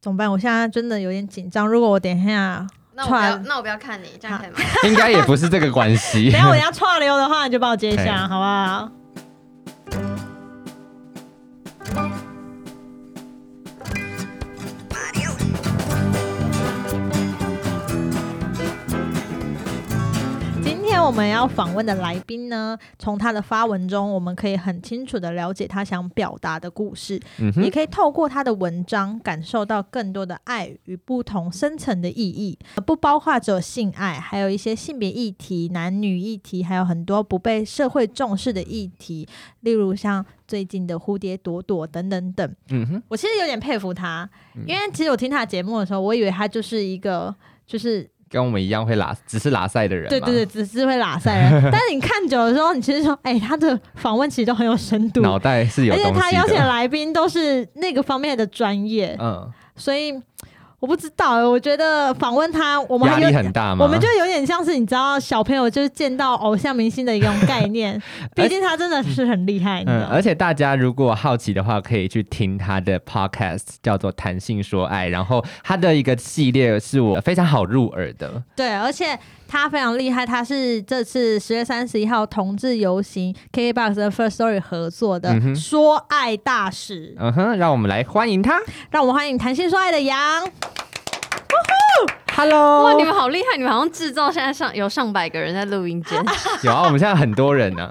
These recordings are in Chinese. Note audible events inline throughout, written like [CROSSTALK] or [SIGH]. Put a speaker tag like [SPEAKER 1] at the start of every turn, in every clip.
[SPEAKER 1] 怎么办？我现在真的有点紧张。如果我等一下，
[SPEAKER 2] 那我不要，
[SPEAKER 1] 串
[SPEAKER 2] 那我不要看你，这样可以吗？
[SPEAKER 1] [LAUGHS]
[SPEAKER 3] 应该也不是这个关系
[SPEAKER 1] 等一。下我等一下串流的话，你就帮我接一下，
[SPEAKER 3] Okay
[SPEAKER 1] 好不好？今天我们要访问的来宾呢，从他的发文中，我们可以很清楚的了解他想表达的故事。
[SPEAKER 3] 嗯
[SPEAKER 1] 你
[SPEAKER 3] 哼，
[SPEAKER 1] 可以透过他的文章感受到更多的爱与不同深层的意义，不包括只有性爱，还有一些性别议题、男女议题，还有很多不被社会重视的议题，例如像最近的蝴蝶朵朵等等等。
[SPEAKER 3] 嗯哼，
[SPEAKER 1] 我其实有点佩服他，
[SPEAKER 3] 嗯
[SPEAKER 1] 因为其实我听他的节目的时候，我以为他就是一个就是
[SPEAKER 3] 跟我们一样会拉，只是拉赛的人嘛。
[SPEAKER 1] 对对对，只是会拉塞
[SPEAKER 3] [LAUGHS]
[SPEAKER 1] 人。但是你看久了之后，你其实说，哎、他的访问其实都很有深度。
[SPEAKER 3] 脑袋是有
[SPEAKER 1] 而且
[SPEAKER 3] 东
[SPEAKER 1] 他
[SPEAKER 3] 西
[SPEAKER 1] 邀请的
[SPEAKER 3] 的。
[SPEAKER 1] 来宾都是那个方面的专业，
[SPEAKER 3] 嗯，
[SPEAKER 1] 所以我不知道欸，我觉得访问他，我们
[SPEAKER 3] 压
[SPEAKER 1] 还
[SPEAKER 3] 力
[SPEAKER 1] 有
[SPEAKER 3] 很大吗？
[SPEAKER 1] 我们就有点像是你知道小朋友就是见到偶像明星的一种概
[SPEAKER 3] [LAUGHS]
[SPEAKER 1] 念，毕竟他真的是很厉害，你知
[SPEAKER 3] 哎嗯，
[SPEAKER 1] 道
[SPEAKER 3] 而且大家如果好奇的话，可以去听他的 podcast，叫做《谈性说爱》，然后他的一个系列是我非常好入耳的。
[SPEAKER 1] 对，而且他非常厉害，他是这次十月三十一号同志游行 KKBOX 跟 First Story 合作的
[SPEAKER 3] 嗯
[SPEAKER 1] 《
[SPEAKER 3] 哼
[SPEAKER 1] 说爱大使》
[SPEAKER 3] 嗯哼，让我们来欢
[SPEAKER 1] [LAUGHS]
[SPEAKER 3] 迎他。
[SPEAKER 1] 让我们欢迎谈心说爱的杨。
[SPEAKER 2] 哇，
[SPEAKER 3] Hello，
[SPEAKER 2] 你们好厉害！你们好像制造现在上有上百个人在录音 [LAUGHS] 间。
[SPEAKER 3] 有啊，我们现在很多人
[SPEAKER 1] [LAUGHS]
[SPEAKER 3] 呢、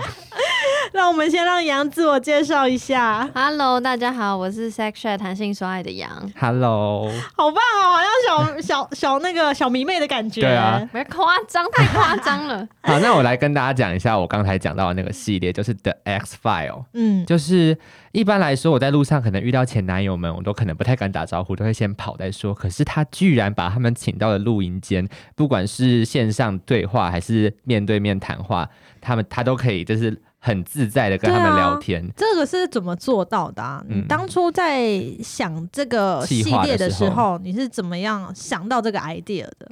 [SPEAKER 1] 让我们先让杨自我介绍一下，
[SPEAKER 2] Hello，大家好，我是 Sex Chat 谈性说爱的杨。
[SPEAKER 3] Hello，
[SPEAKER 1] 好棒哦，好像小小小那个小迷妹的感觉。
[SPEAKER 3] 对啊
[SPEAKER 2] 没夸张，太夸张了。
[SPEAKER 3] 好，那我来跟大家讲一下我刚才讲到的那个系列，就是 The X File。
[SPEAKER 1] 嗯，
[SPEAKER 3] 就是一般来说，我在路上可能遇到前男友们，我都可能不太敢打招呼，都会先跑再说。可是他居然把他们请到了录音间，不管是线上对话还是面对面谈话，他们他都可以就是很自在的跟他
[SPEAKER 1] 对
[SPEAKER 3] 们
[SPEAKER 1] 啊
[SPEAKER 3] 聊
[SPEAKER 1] [LAUGHS]
[SPEAKER 3] 天。
[SPEAKER 1] 这个是怎么做到的、啊？
[SPEAKER 3] 嗯
[SPEAKER 1] 你当初在想这个系列的时
[SPEAKER 3] 计划的时
[SPEAKER 1] 候，你是怎么样想到这个 idea 的？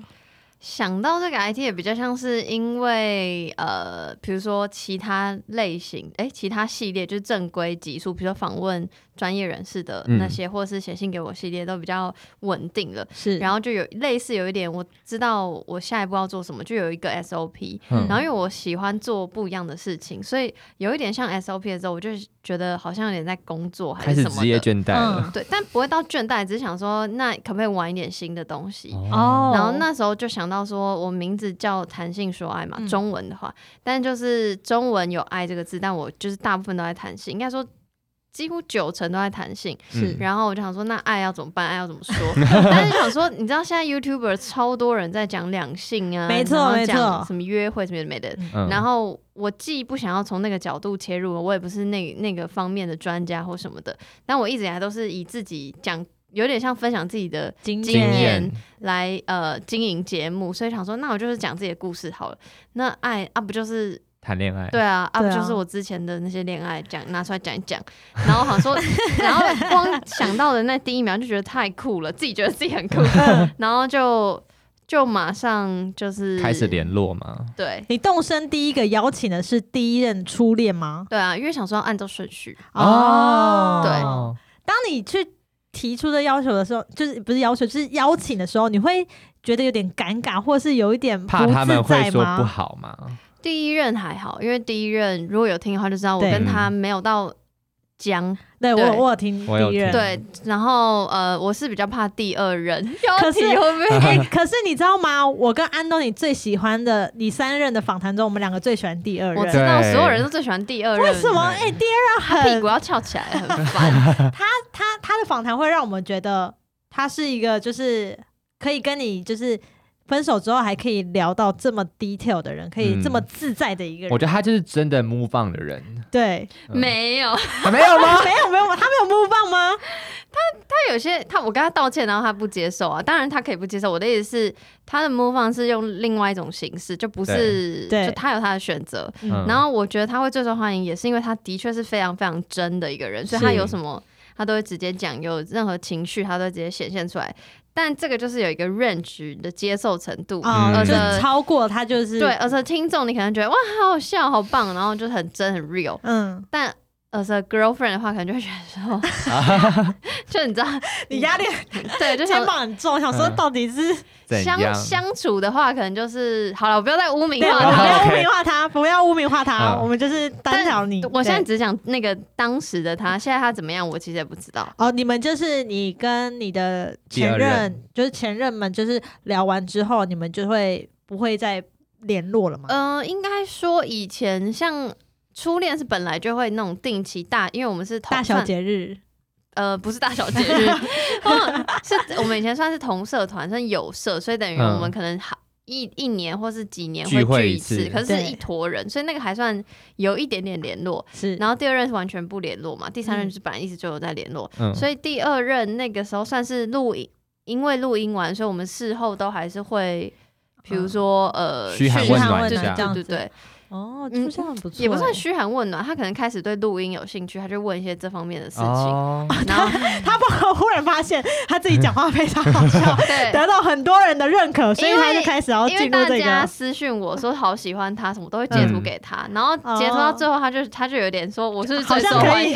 [SPEAKER 2] [LAUGHS] 想到这个 IT 也比较像是因为呃，比如说其他类型，哎、其他系列就是正规集数，比如说访问专业人士的
[SPEAKER 3] 嗯
[SPEAKER 2] 那些，或者是写信给我系列都比较稳定了。
[SPEAKER 1] 是，
[SPEAKER 2] 然
[SPEAKER 1] 后
[SPEAKER 2] 后就有类似有一点，我知道我下一步要做什么，就有一个 SOP。
[SPEAKER 3] 嗯
[SPEAKER 2] 然后因为我喜欢做不一样的事情，所以有一点像 SOP 的时候，我就觉得好像有点在工作还
[SPEAKER 3] 开
[SPEAKER 2] 是
[SPEAKER 3] 始
[SPEAKER 2] 什么
[SPEAKER 3] 职业
[SPEAKER 2] 的。
[SPEAKER 3] 倦怠了。
[SPEAKER 2] 对，但不会到倦怠，只是想说，那可不可以玩一点新的东西？
[SPEAKER 3] 嗯
[SPEAKER 1] 哦，
[SPEAKER 2] 然后那时候就想到说，我名字叫弹性说爱嘛，
[SPEAKER 1] 嗯
[SPEAKER 2] 中文的话，但就是中文有爱这个字，但我就是大部分都在弹性，应该说几乎九成都在弹性。
[SPEAKER 3] 嗯
[SPEAKER 1] 是
[SPEAKER 2] 然后我就想说，那爱要怎么办？爱要怎么
[SPEAKER 3] [LAUGHS]
[SPEAKER 2] 说？但是想说，你知道现在 YouTuber 超多人在讲两性啊，
[SPEAKER 1] 没错
[SPEAKER 2] 然后
[SPEAKER 1] 没错
[SPEAKER 2] 讲什么约会什么没的。
[SPEAKER 3] 嗯
[SPEAKER 2] 然后我既不想要从那个角度切入，我也不是那那个方面的专家或什么的，但我一直以来都是以自己讲，有点像分享自己的
[SPEAKER 1] 经
[SPEAKER 2] 经验
[SPEAKER 3] 验
[SPEAKER 2] 来呃经营节目，所以想说，那我就是讲自己的故事好了。那爱啊，不就是
[SPEAKER 3] 谈恋爱，
[SPEAKER 2] 对啊，啊
[SPEAKER 1] 对
[SPEAKER 2] 不
[SPEAKER 1] 啊
[SPEAKER 2] 就是我之前的那些恋爱讲拿出来讲一讲，然后好像说，然后光想到的那第一秒就觉得太酷了，自己觉得自己
[SPEAKER 1] [LAUGHS]
[SPEAKER 2] 很酷，然后就就马上就是
[SPEAKER 3] 开始联络嘛。
[SPEAKER 2] 对
[SPEAKER 1] 你动身第一个邀请的是第一任初恋吗？
[SPEAKER 2] 对啊，因为想说要按照顺序，
[SPEAKER 1] 哦当你去提出的要求的时候，就是不是要求，就是邀请的时候，你会觉得有点尴尬，或是有一点不
[SPEAKER 3] 怕他们
[SPEAKER 1] 自
[SPEAKER 3] 会
[SPEAKER 1] 在
[SPEAKER 3] 说
[SPEAKER 1] 吗？
[SPEAKER 3] 不好嘛？
[SPEAKER 2] 第一任还好，因为第一任如果有听的话就知道我
[SPEAKER 1] 对嗯
[SPEAKER 2] 跟他没有到僵
[SPEAKER 1] 对我
[SPEAKER 2] 对
[SPEAKER 1] 有我有听
[SPEAKER 3] 我有
[SPEAKER 1] 第一任，
[SPEAKER 3] 听
[SPEAKER 2] 对，然后呃，我是比较怕第
[SPEAKER 1] [LAUGHS]
[SPEAKER 2] 二任，要
[SPEAKER 1] 可是
[SPEAKER 2] 提会
[SPEAKER 1] [LAUGHS]
[SPEAKER 2] 不
[SPEAKER 3] [LAUGHS]
[SPEAKER 2] 会？
[SPEAKER 1] 哎、可是你知道吗？我跟安东尼最喜欢的李三任的访谈中，我们两个最喜欢第二
[SPEAKER 2] 我
[SPEAKER 1] 任
[SPEAKER 2] 知。道
[SPEAKER 3] 对
[SPEAKER 2] 所有人都最喜欢第二任，
[SPEAKER 1] 为什么？哎、第二任
[SPEAKER 2] 他屁
[SPEAKER 1] 很
[SPEAKER 2] 股要翘起来，很
[SPEAKER 1] [LAUGHS]
[SPEAKER 2] 烦。
[SPEAKER 1] 他他的访谈会让我们觉得他是一个就是可以跟你就是分手之后还可以聊到这么 detail 的人，可以这么自在的一个人。
[SPEAKER 3] 嗯我觉得他就是真的 move on 的人，
[SPEAKER 1] 对，
[SPEAKER 3] 嗯
[SPEAKER 2] 没有，
[SPEAKER 3] 啊没有吗？
[SPEAKER 1] 没有没有，他没有 move on 吗？
[SPEAKER 2] 他有些他我跟他道歉，然后他不接受啊。当然他可以不接受，我的意思是他的 move on 是用另外一种形式，就不是
[SPEAKER 1] 对对
[SPEAKER 2] 就他有他的选择。
[SPEAKER 3] 嗯
[SPEAKER 2] 然后我觉得他会最受欢迎，也是因为他的确是非常非常真的一个人，所以
[SPEAKER 3] 是
[SPEAKER 2] 他有什么他都会直接讲，有任何情绪他都会直接显现出来。但这个就是有一个 range 的接受程度，
[SPEAKER 1] 啊、
[SPEAKER 3] 嗯
[SPEAKER 2] 而
[SPEAKER 1] 就
[SPEAKER 2] 且
[SPEAKER 1] 是超过他就是
[SPEAKER 2] 对，而且听众你可能觉得哇好好笑，好棒，然后就很真很 real，
[SPEAKER 1] 嗯
[SPEAKER 2] 但 as a girlfriend 的话，可能就会觉得说， [LAUGHS] 就你知道，
[SPEAKER 1] 你压力
[SPEAKER 2] 对，就
[SPEAKER 1] 肩
[SPEAKER 2] 想
[SPEAKER 1] 膀很重，想说
[SPEAKER 3] 嗯
[SPEAKER 1] 到底是
[SPEAKER 3] 怎
[SPEAKER 2] 相
[SPEAKER 3] 样？
[SPEAKER 2] 相处的话，可能就是好了，我不要再污名
[SPEAKER 1] 对，我
[SPEAKER 2] 化
[SPEAKER 1] 们不
[SPEAKER 2] 他。
[SPEAKER 1] 要污
[SPEAKER 3] 哦 OK
[SPEAKER 1] 名化他，不要污名化他，
[SPEAKER 3] 嗯
[SPEAKER 1] 我们就是单挑你。
[SPEAKER 2] 我现在
[SPEAKER 1] 对
[SPEAKER 2] 只讲那个当时
[SPEAKER 1] [LAUGHS]
[SPEAKER 2] 的他，现在他怎么样，我其实也不知道。
[SPEAKER 1] 哦，你们就是你跟你的前任，
[SPEAKER 3] 第二任
[SPEAKER 1] 就是前任们，就是聊完之后，你们就会不会再联络了吗？
[SPEAKER 2] 呃，应该说以前像初恋是本来就会那种定期大，因为我们是同
[SPEAKER 1] 大小
[SPEAKER 2] 饭
[SPEAKER 1] 节日，
[SPEAKER 2] 呃，不是 [LAUGHS] 大小节日，嗯是我们以前算是同社团，算友社，所以等于
[SPEAKER 3] 嗯
[SPEAKER 2] 我们可能好。一一年或是几年会
[SPEAKER 3] 聚会
[SPEAKER 2] 聚
[SPEAKER 3] 一
[SPEAKER 2] 次，
[SPEAKER 3] 次
[SPEAKER 2] 可是是
[SPEAKER 1] 对
[SPEAKER 2] 一坨人，所以那个还算有一点点联络。
[SPEAKER 1] 是
[SPEAKER 2] 然后第二任是完全不联络嘛，第三任
[SPEAKER 1] 嗯
[SPEAKER 2] 就是本来一直就有在联络，
[SPEAKER 3] 嗯
[SPEAKER 2] 所以第二任那个时候算是录音，因为录音完，所以我们事后都还是会，比如说、呃，
[SPEAKER 3] 嘘寒
[SPEAKER 1] 嘘
[SPEAKER 3] 问
[SPEAKER 1] 寒
[SPEAKER 3] 暖
[SPEAKER 1] 问
[SPEAKER 3] 一
[SPEAKER 1] 暖
[SPEAKER 3] 下
[SPEAKER 1] 这，样
[SPEAKER 2] 对对
[SPEAKER 1] 子
[SPEAKER 2] 对，
[SPEAKER 1] 哦，
[SPEAKER 2] 嗯
[SPEAKER 1] 就这样不错欸，
[SPEAKER 2] 也不算嘘寒问暖，他可能开始对录音有兴趣，他就问一些这方面的事情，
[SPEAKER 3] 哦，
[SPEAKER 2] [LAUGHS] 然后
[SPEAKER 1] 他不好，忽然发现他自己讲话非常
[SPEAKER 2] [LAUGHS]
[SPEAKER 1] 好笑，
[SPEAKER 2] 对，
[SPEAKER 1] 得到很多人的认可，所以
[SPEAKER 2] 因为
[SPEAKER 1] 他就开始要
[SPEAKER 2] 因为
[SPEAKER 1] 进
[SPEAKER 2] 大
[SPEAKER 1] 入这
[SPEAKER 2] 家
[SPEAKER 1] 个。
[SPEAKER 2] 私讯我说好喜欢他什么，都会截图给他，然后截图
[SPEAKER 1] 哦
[SPEAKER 2] 到最后，他就他就有点说我是不是
[SPEAKER 1] 好
[SPEAKER 2] 最受
[SPEAKER 1] 像可
[SPEAKER 2] 欢迎
[SPEAKER 1] 以，，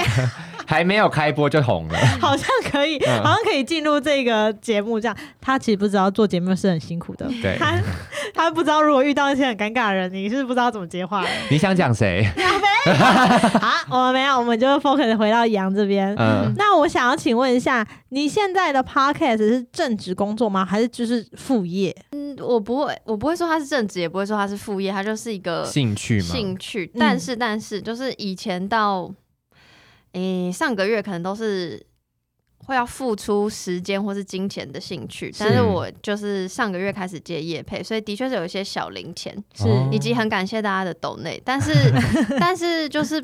[SPEAKER 3] 还没有开播就红
[SPEAKER 2] [LAUGHS]
[SPEAKER 3] 了，
[SPEAKER 1] 好像可以，
[SPEAKER 3] 嗯
[SPEAKER 1] 好像可以进入这个节目。这样，他其实不知道做节目是很辛苦
[SPEAKER 2] [LAUGHS]
[SPEAKER 1] 的，
[SPEAKER 3] 对，
[SPEAKER 1] 他他不知道如果遇到一些很尴尬的人，你是不知道怎么接话的。
[SPEAKER 3] 你想
[SPEAKER 2] [LAUGHS]
[SPEAKER 3] 讲谁？
[SPEAKER 1] [LAUGHS] 啊，我们没有，我们就 focus 回到杨这边。
[SPEAKER 3] 嗯，
[SPEAKER 1] 那我想要请问一下，你现在的 podcast 是正职工作吗？还是就是副业？
[SPEAKER 2] 嗯我不会，我不会说他是正职，也不会说他是副业，他就是一个
[SPEAKER 3] 兴趣吗？
[SPEAKER 2] 呃兴趣。
[SPEAKER 1] 嗯
[SPEAKER 2] 但是但是，就是以前到，诶、上个月可能都是会要付出时间或是金钱的兴趣，但是我就是上个月开始接业配，所以的确是有一些小零钱，
[SPEAKER 1] 是
[SPEAKER 3] 哦
[SPEAKER 2] 以及很感谢大家的抖内，但
[SPEAKER 3] [LAUGHS]
[SPEAKER 2] 是但是就是。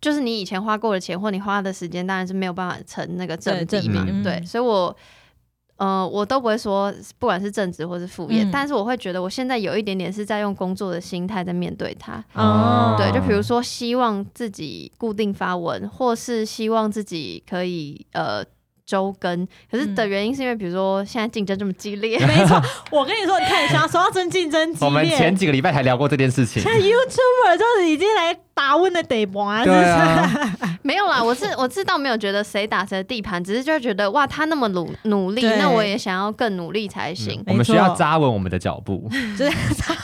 [SPEAKER 2] 就是你以前花过的钱或你花的时间，当然是没有办法成那个正
[SPEAKER 1] 对
[SPEAKER 2] 比
[SPEAKER 3] 正
[SPEAKER 2] 嘛
[SPEAKER 3] 比，
[SPEAKER 1] 嗯
[SPEAKER 2] 对，所以我，呃，我都不会说，不管是正职或是副业，
[SPEAKER 1] 嗯
[SPEAKER 2] 但是我会觉得我现在有一点点是在用工作的心态在面对它，
[SPEAKER 1] 哦
[SPEAKER 2] 对，就比如说希望自己固定发文，或是希望自己可以呃周更。可是的
[SPEAKER 1] 嗯
[SPEAKER 2] 原因是因为，比如说现在竞争这么激烈，
[SPEAKER 1] 没错，我跟你说，你看，想说到真竞争激
[SPEAKER 3] 我们
[SPEAKER 1] 烈，
[SPEAKER 3] 前
[SPEAKER 1] [LAUGHS]
[SPEAKER 3] 几个礼拜才聊过这件事情
[SPEAKER 1] 现，在 YouTuber 就是已经来打问的得玩，
[SPEAKER 3] 对啊，
[SPEAKER 2] 没有啦，我是我知道没有觉得谁打谁的地盘，只是就觉得哇，他那么努努力，
[SPEAKER 1] 对
[SPEAKER 2] 那我也想要更努力才行。
[SPEAKER 3] 嗯我们需
[SPEAKER 1] 没
[SPEAKER 3] 要
[SPEAKER 1] 错
[SPEAKER 3] 扎稳我们的脚
[SPEAKER 2] [LAUGHS]
[SPEAKER 3] 步，
[SPEAKER 1] [LAUGHS] 就是扎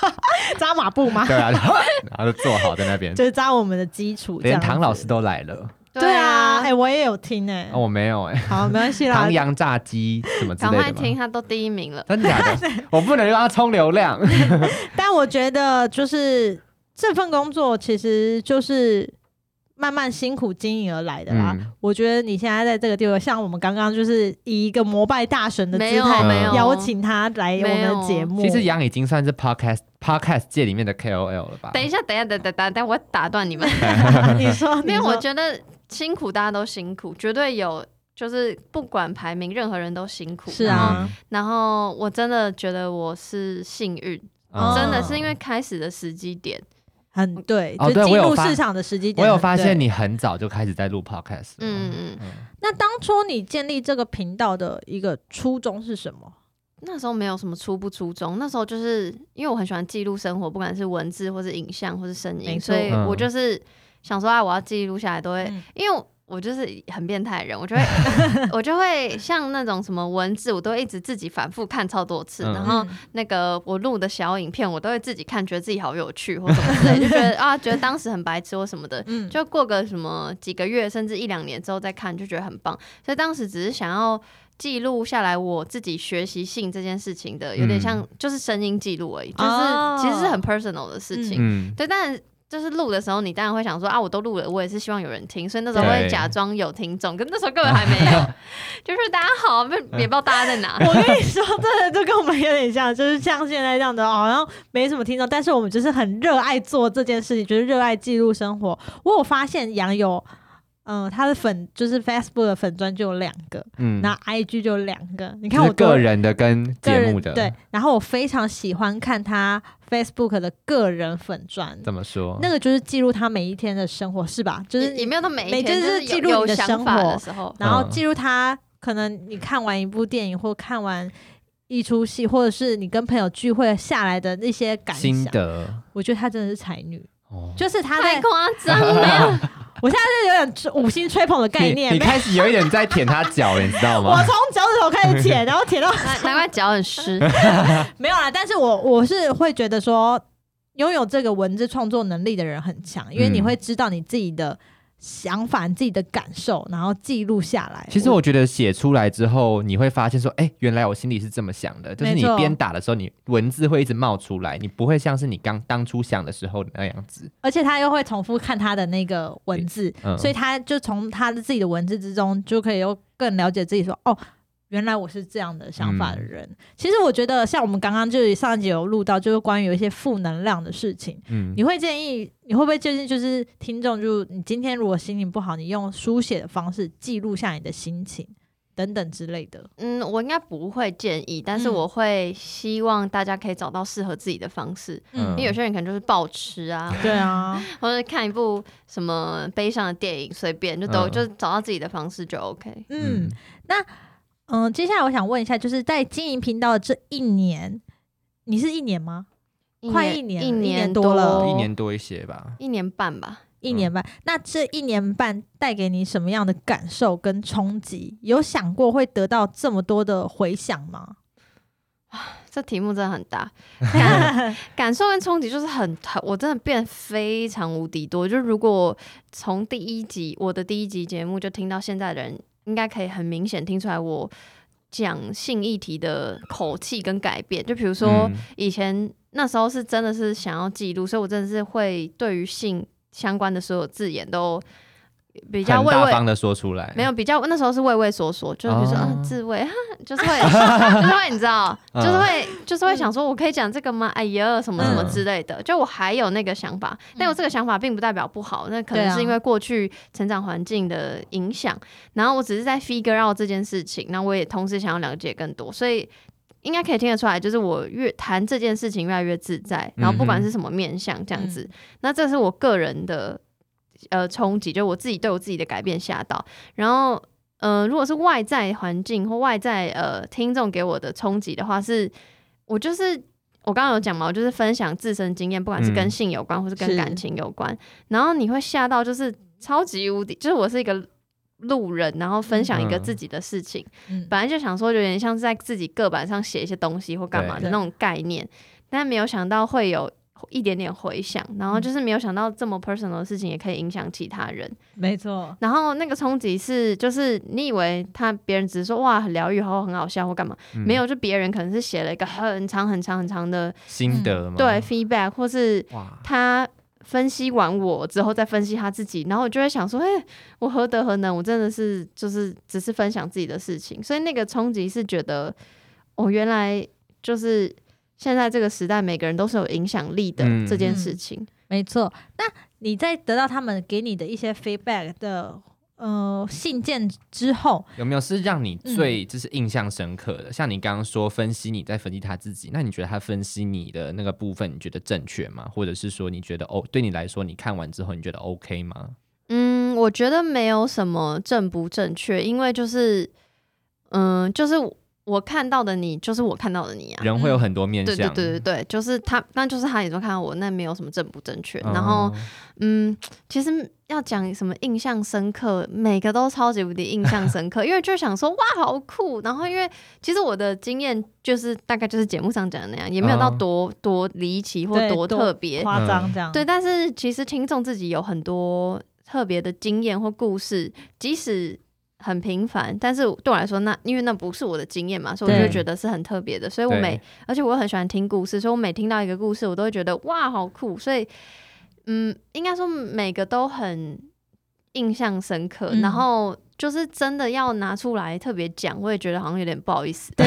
[SPEAKER 1] 扎马步嘛，
[SPEAKER 3] 对啊， [LAUGHS] 然后然后就坐好在那边，
[SPEAKER 1] 就是扎我们的基础。这
[SPEAKER 3] 连
[SPEAKER 1] 样子
[SPEAKER 3] 唐老师都来了，
[SPEAKER 1] 对啊，哎、，我也有听哎、
[SPEAKER 3] 哦，我没有哎，
[SPEAKER 1] 好，没关系啦
[SPEAKER 3] 唐。扬炸鸡什么之
[SPEAKER 2] 啊赶
[SPEAKER 3] 类
[SPEAKER 2] 快
[SPEAKER 3] 的
[SPEAKER 2] 听，
[SPEAKER 3] 吗？
[SPEAKER 2] 他都第一名了。
[SPEAKER 3] 真假的，
[SPEAKER 2] [LAUGHS]
[SPEAKER 3] 我不能让他冲流量，
[SPEAKER 1] 但我觉得就是这份工作其实就是慢慢辛苦经营而来的
[SPEAKER 2] 啊
[SPEAKER 1] 啦。
[SPEAKER 3] 嗯
[SPEAKER 1] 我觉得你现在在这个地位，像我们刚刚就是以一个膜拜大神的
[SPEAKER 2] 没
[SPEAKER 1] 姿
[SPEAKER 2] 有
[SPEAKER 1] 态
[SPEAKER 2] 没有
[SPEAKER 1] 邀请他来我
[SPEAKER 2] 没
[SPEAKER 1] 们
[SPEAKER 2] 有
[SPEAKER 1] 的节目。
[SPEAKER 3] 其实杨已经算是 podcast podcast 界里面的 KOL 了吧？
[SPEAKER 2] 等一下，等一下，等等等等，我打断你们。
[SPEAKER 1] 你说，
[SPEAKER 2] 没有，
[SPEAKER 1] 你说
[SPEAKER 2] 我觉得辛苦，大家都辛苦，绝对有，就是不管排名，任何人都辛苦。
[SPEAKER 1] 是啊，
[SPEAKER 2] 然后我真的觉得我是幸运，
[SPEAKER 3] 嗯
[SPEAKER 1] 哦
[SPEAKER 2] 真的是因为开始的时机点，
[SPEAKER 1] 很对，
[SPEAKER 3] 哦
[SPEAKER 1] 就
[SPEAKER 3] 对
[SPEAKER 1] 进
[SPEAKER 3] 我有
[SPEAKER 1] 入
[SPEAKER 3] 发
[SPEAKER 1] 市场的时机点
[SPEAKER 3] 我
[SPEAKER 1] 很对。
[SPEAKER 3] 有发现你很早就开始在录 podcast，嗯，
[SPEAKER 2] 嗯嗯，
[SPEAKER 1] 那当初你建立这个频道的一个初衷是什么？
[SPEAKER 2] 那时候没有什么初不初衷，那时候就是因为我很喜欢记录生活，不管是文字或是影像或是声
[SPEAKER 1] 没
[SPEAKER 2] 音，
[SPEAKER 1] 错
[SPEAKER 2] 所以
[SPEAKER 3] 嗯
[SPEAKER 2] 我就是想说啊，我要记录下来，都会，
[SPEAKER 1] 嗯
[SPEAKER 2] 因为我就是很变态的人，我就会 [LAUGHS] 我就会像那种什么文字，我都会一直自己反复看超多次，
[SPEAKER 3] 嗯
[SPEAKER 2] 然后那个我录的小影片，我都会自己看，觉得自己好有趣或什么之类，就觉得 [LAUGHS] 啊，觉得当时很白痴或什么的，
[SPEAKER 1] 嗯，
[SPEAKER 2] 就过个什么几个月甚至一两年之后再看，就觉得很棒。所以当时只是想要记录下来我自己学习性这件事情的，有点像就是声音记录而已，就是、
[SPEAKER 1] 哦
[SPEAKER 2] 其实是很 personal 的事情。
[SPEAKER 3] 嗯，
[SPEAKER 2] 对，但就是录的时候，你当然会想说啊，我都录了，我也是希望有人听，所以那时候
[SPEAKER 3] 对
[SPEAKER 2] 会假装有听众，可是那时候根本还没有，就是大家好，不也不知道大家在哪。
[SPEAKER 1] [LAUGHS] 我跟你说，真的就跟我们有点像，就是像现在这样的，好像没什么听众，但是我们就是很热爱做这件事情，就是热爱记录生活。我有发现杨有，嗯、他的粉就是 Facebook 的粉砖就有两个，
[SPEAKER 3] 嗯
[SPEAKER 1] 然后 IG 就有两个，你
[SPEAKER 3] 你
[SPEAKER 1] 看我多
[SPEAKER 3] 个人的跟
[SPEAKER 1] 个
[SPEAKER 3] 节
[SPEAKER 1] 人
[SPEAKER 3] 目的，
[SPEAKER 1] 对，，然后我非常喜欢看他 Facebook 的个人粉砖。
[SPEAKER 3] 怎么说？
[SPEAKER 1] 那个就是记录他每一天的生活，是吧？就是
[SPEAKER 2] 也也没有到每一
[SPEAKER 1] 每
[SPEAKER 2] 天，
[SPEAKER 1] 就是是
[SPEAKER 2] 有
[SPEAKER 1] 记录
[SPEAKER 2] 有
[SPEAKER 1] 你的
[SPEAKER 2] 想
[SPEAKER 1] 生
[SPEAKER 2] 法
[SPEAKER 1] 活
[SPEAKER 2] 的时候，
[SPEAKER 1] 然后
[SPEAKER 3] 嗯
[SPEAKER 1] 记录他，可能你看完一部电影或看完一出戏，或者是你跟朋友聚会下来的那些感
[SPEAKER 3] 心
[SPEAKER 1] 想，
[SPEAKER 3] 得
[SPEAKER 1] 我觉得她真的是才女，
[SPEAKER 3] 哦，
[SPEAKER 1] 就是她
[SPEAKER 2] 太
[SPEAKER 1] 在
[SPEAKER 2] 夸张了。
[SPEAKER 1] 我现在是有点五星吹捧的概
[SPEAKER 3] 你
[SPEAKER 1] 念
[SPEAKER 3] 你。
[SPEAKER 1] 没有
[SPEAKER 3] 开始有一点在舔他脚了，你知道
[SPEAKER 1] [LAUGHS] 我
[SPEAKER 3] 吗
[SPEAKER 1] 从？脚趾头
[SPEAKER 3] [LAUGHS]
[SPEAKER 1] 开始舔，然后舔到
[SPEAKER 2] 难难怪脚很湿。
[SPEAKER 1] 没有啦，但是我我是会觉得说，拥有这个文字创作能力的人很强，因为你
[SPEAKER 3] 嗯
[SPEAKER 1] 会知道你自己的想法、你自己的感受，然后记录下来。
[SPEAKER 3] 其实我觉得写出来之后，你会发现说，哎、原来我心里是这么想的。就是
[SPEAKER 1] 没
[SPEAKER 3] 你
[SPEAKER 1] 错
[SPEAKER 3] 边打的时候，你文字会一直冒出来，你不会像是你刚当初想的时候那样子。
[SPEAKER 1] 而且他又会重复看他的那个文字，
[SPEAKER 3] 嗯，
[SPEAKER 1] 所以他就从他的自己的文字之中，就可以又更了解自己说，哦，原来我是这样的想
[SPEAKER 3] 嗯
[SPEAKER 1] 法的人。其实我觉得，像我们刚刚就是上一集有录到，就是关于有一些负能量的事情，
[SPEAKER 3] 嗯
[SPEAKER 1] 你会建议，你会不会建议就是听众，就你今天如果心情不好，你用书写的方式记录下你的心情等等之类的。
[SPEAKER 2] 嗯，我应该不会建议，但是
[SPEAKER 1] 嗯
[SPEAKER 2] 我会希望大家可以找到适合自己的方式。
[SPEAKER 3] 嗯
[SPEAKER 2] 因为有些人可能就是暴吃啊，
[SPEAKER 1] 对啊，
[SPEAKER 2] 或者看一部什么悲伤的电影，随便就都、
[SPEAKER 3] 嗯
[SPEAKER 2] 就找到自己的方式就 OK。
[SPEAKER 1] 嗯嗯、接下来我想问一下，就是在经营频道的这一年，你是一年吗？快一年
[SPEAKER 2] 一
[SPEAKER 1] 了一年多
[SPEAKER 2] 多
[SPEAKER 1] 了
[SPEAKER 3] 一年多一些吧。
[SPEAKER 2] 一年半吧。
[SPEAKER 1] 一年半，那这一年半带给你什么样的感受跟冲击？有想过会得到这么多的回响
[SPEAKER 2] [LAUGHS]
[SPEAKER 1] 吗？
[SPEAKER 2] 这题目真的很
[SPEAKER 3] [LAUGHS]
[SPEAKER 2] 大， [LAUGHS]
[SPEAKER 3] 啊
[SPEAKER 2] 感感受跟冲击就是很很，我真的变非常无敌多。就如果从第一集我的第一集节目就听到现在的人，应该可以很明显听出来我讲性议题的口气跟改变。就比如说
[SPEAKER 3] 嗯
[SPEAKER 2] 以前那时候是真的是想要记录，所以我真的是会对于性相关的所有字眼都比较
[SPEAKER 3] 很
[SPEAKER 2] 畏
[SPEAKER 3] 大
[SPEAKER 2] 畏
[SPEAKER 3] 方的说出来，
[SPEAKER 2] 没有比较，那时候是畏畏缩缩，就是比如说
[SPEAKER 3] 哦
[SPEAKER 2] 啊自慰， [LAUGHS] 就是会就是会你知道，
[SPEAKER 3] 嗯
[SPEAKER 2] 就是会就是会想说我可以讲这个吗？哎呀，什么什么
[SPEAKER 3] 嗯
[SPEAKER 2] 之类的，就我还有那个想法，但我这个想法并不代表不好，那可能
[SPEAKER 3] 啊
[SPEAKER 2] 是因为过去成长环境的影响，然后我只是在 figure out 这件事情，那我也同时想要了解更多，所以。应该可以听得出来，就是我越谈这件事情越来越自在，然后不
[SPEAKER 3] 嗯
[SPEAKER 2] 管是什么面向这样子，那这是我个人的呃冲击，就我自己对我自己的改变吓到。然后，呃，如果是外在环境或外在呃听众给我的冲击的话是，我就是我刚刚有讲嘛，我就是分享自身经验，不管是跟
[SPEAKER 3] 嗯
[SPEAKER 2] 性有关或是跟
[SPEAKER 1] 是
[SPEAKER 2] 感情有关，然后你会吓到，就是超级无敌，就是我是一个。路人，然后分享一个
[SPEAKER 3] 嗯
[SPEAKER 2] 自己的事情，
[SPEAKER 1] 嗯，
[SPEAKER 2] 本来就想说有点像是在自己个板上写一些东西或干嘛的
[SPEAKER 1] 对
[SPEAKER 2] 那种概念，但没有想到会有一点点回响，然后就是没有想到这么 personal 的事情也可以影响其他人，
[SPEAKER 1] 没错，
[SPEAKER 2] 然后那个冲击是，就是你以为他别人只是说哇很疗愈，好很好笑或干嘛，
[SPEAKER 3] 嗯
[SPEAKER 2] 没有，就别人可能是写了一个很长很长很长的
[SPEAKER 3] 心
[SPEAKER 1] 嗯
[SPEAKER 3] 得吗？
[SPEAKER 2] 对，feedback，或是
[SPEAKER 3] 哇，
[SPEAKER 2] 他分析完我之后再分析他自己，然后我就会想说，哎、我何德何能？我真的是就是只是分享自己的事情，所以那个冲击是觉得，哦，原来就是现在这个时代，每个人都是有影响力的
[SPEAKER 3] 嗯
[SPEAKER 2] 这件事情。
[SPEAKER 1] 没错。那你在得到他们给你的一些 feedback 的呃信件之后，
[SPEAKER 3] 有没有是让你最
[SPEAKER 2] 嗯
[SPEAKER 3] 就是印象深刻的？像你刚刚说分析你在分析他自己，那你觉得他分析你的那个部分，你觉得正确吗？或者是说你觉得哦，对你来说，你看完之后你觉得 OK 吗？
[SPEAKER 2] 嗯，我觉得没有什么正不正确，因为就是，嗯，就是我看到的你，就是我看到的你啊。
[SPEAKER 3] 人会有很多面
[SPEAKER 2] 对
[SPEAKER 3] 向，
[SPEAKER 2] 嗯对对对对，就是他，那就是他眼中看到我，那没有什么正不正确。
[SPEAKER 3] 哦
[SPEAKER 2] 然后，嗯，其实要讲什么印象深刻，每个都超级无敌印象深刻，因为就想说哇好酷。然后因为其实我的经验就是大概就是节目上讲的那样，也没有到
[SPEAKER 3] 哦
[SPEAKER 2] 多、多离奇或
[SPEAKER 1] 对
[SPEAKER 2] 多
[SPEAKER 1] 多
[SPEAKER 2] 特别，
[SPEAKER 1] 夸张这样，
[SPEAKER 2] 对，但是其实听众自己有很多特别的经验或故事，即使很平凡，但是对我来说那，因为那不是我的经验嘛，所以我
[SPEAKER 1] 对
[SPEAKER 2] 就觉得是很特别的。所以我
[SPEAKER 3] 对
[SPEAKER 2] 每，而且我很喜欢听故事，所以我每听到一个故事，我都会觉得哇，好酷。所以，嗯，应该说每个都很印象深刻，
[SPEAKER 1] 嗯
[SPEAKER 2] 然后。就是真的要拿出来特别讲，我也觉得好像有点不好意思。
[SPEAKER 1] 对，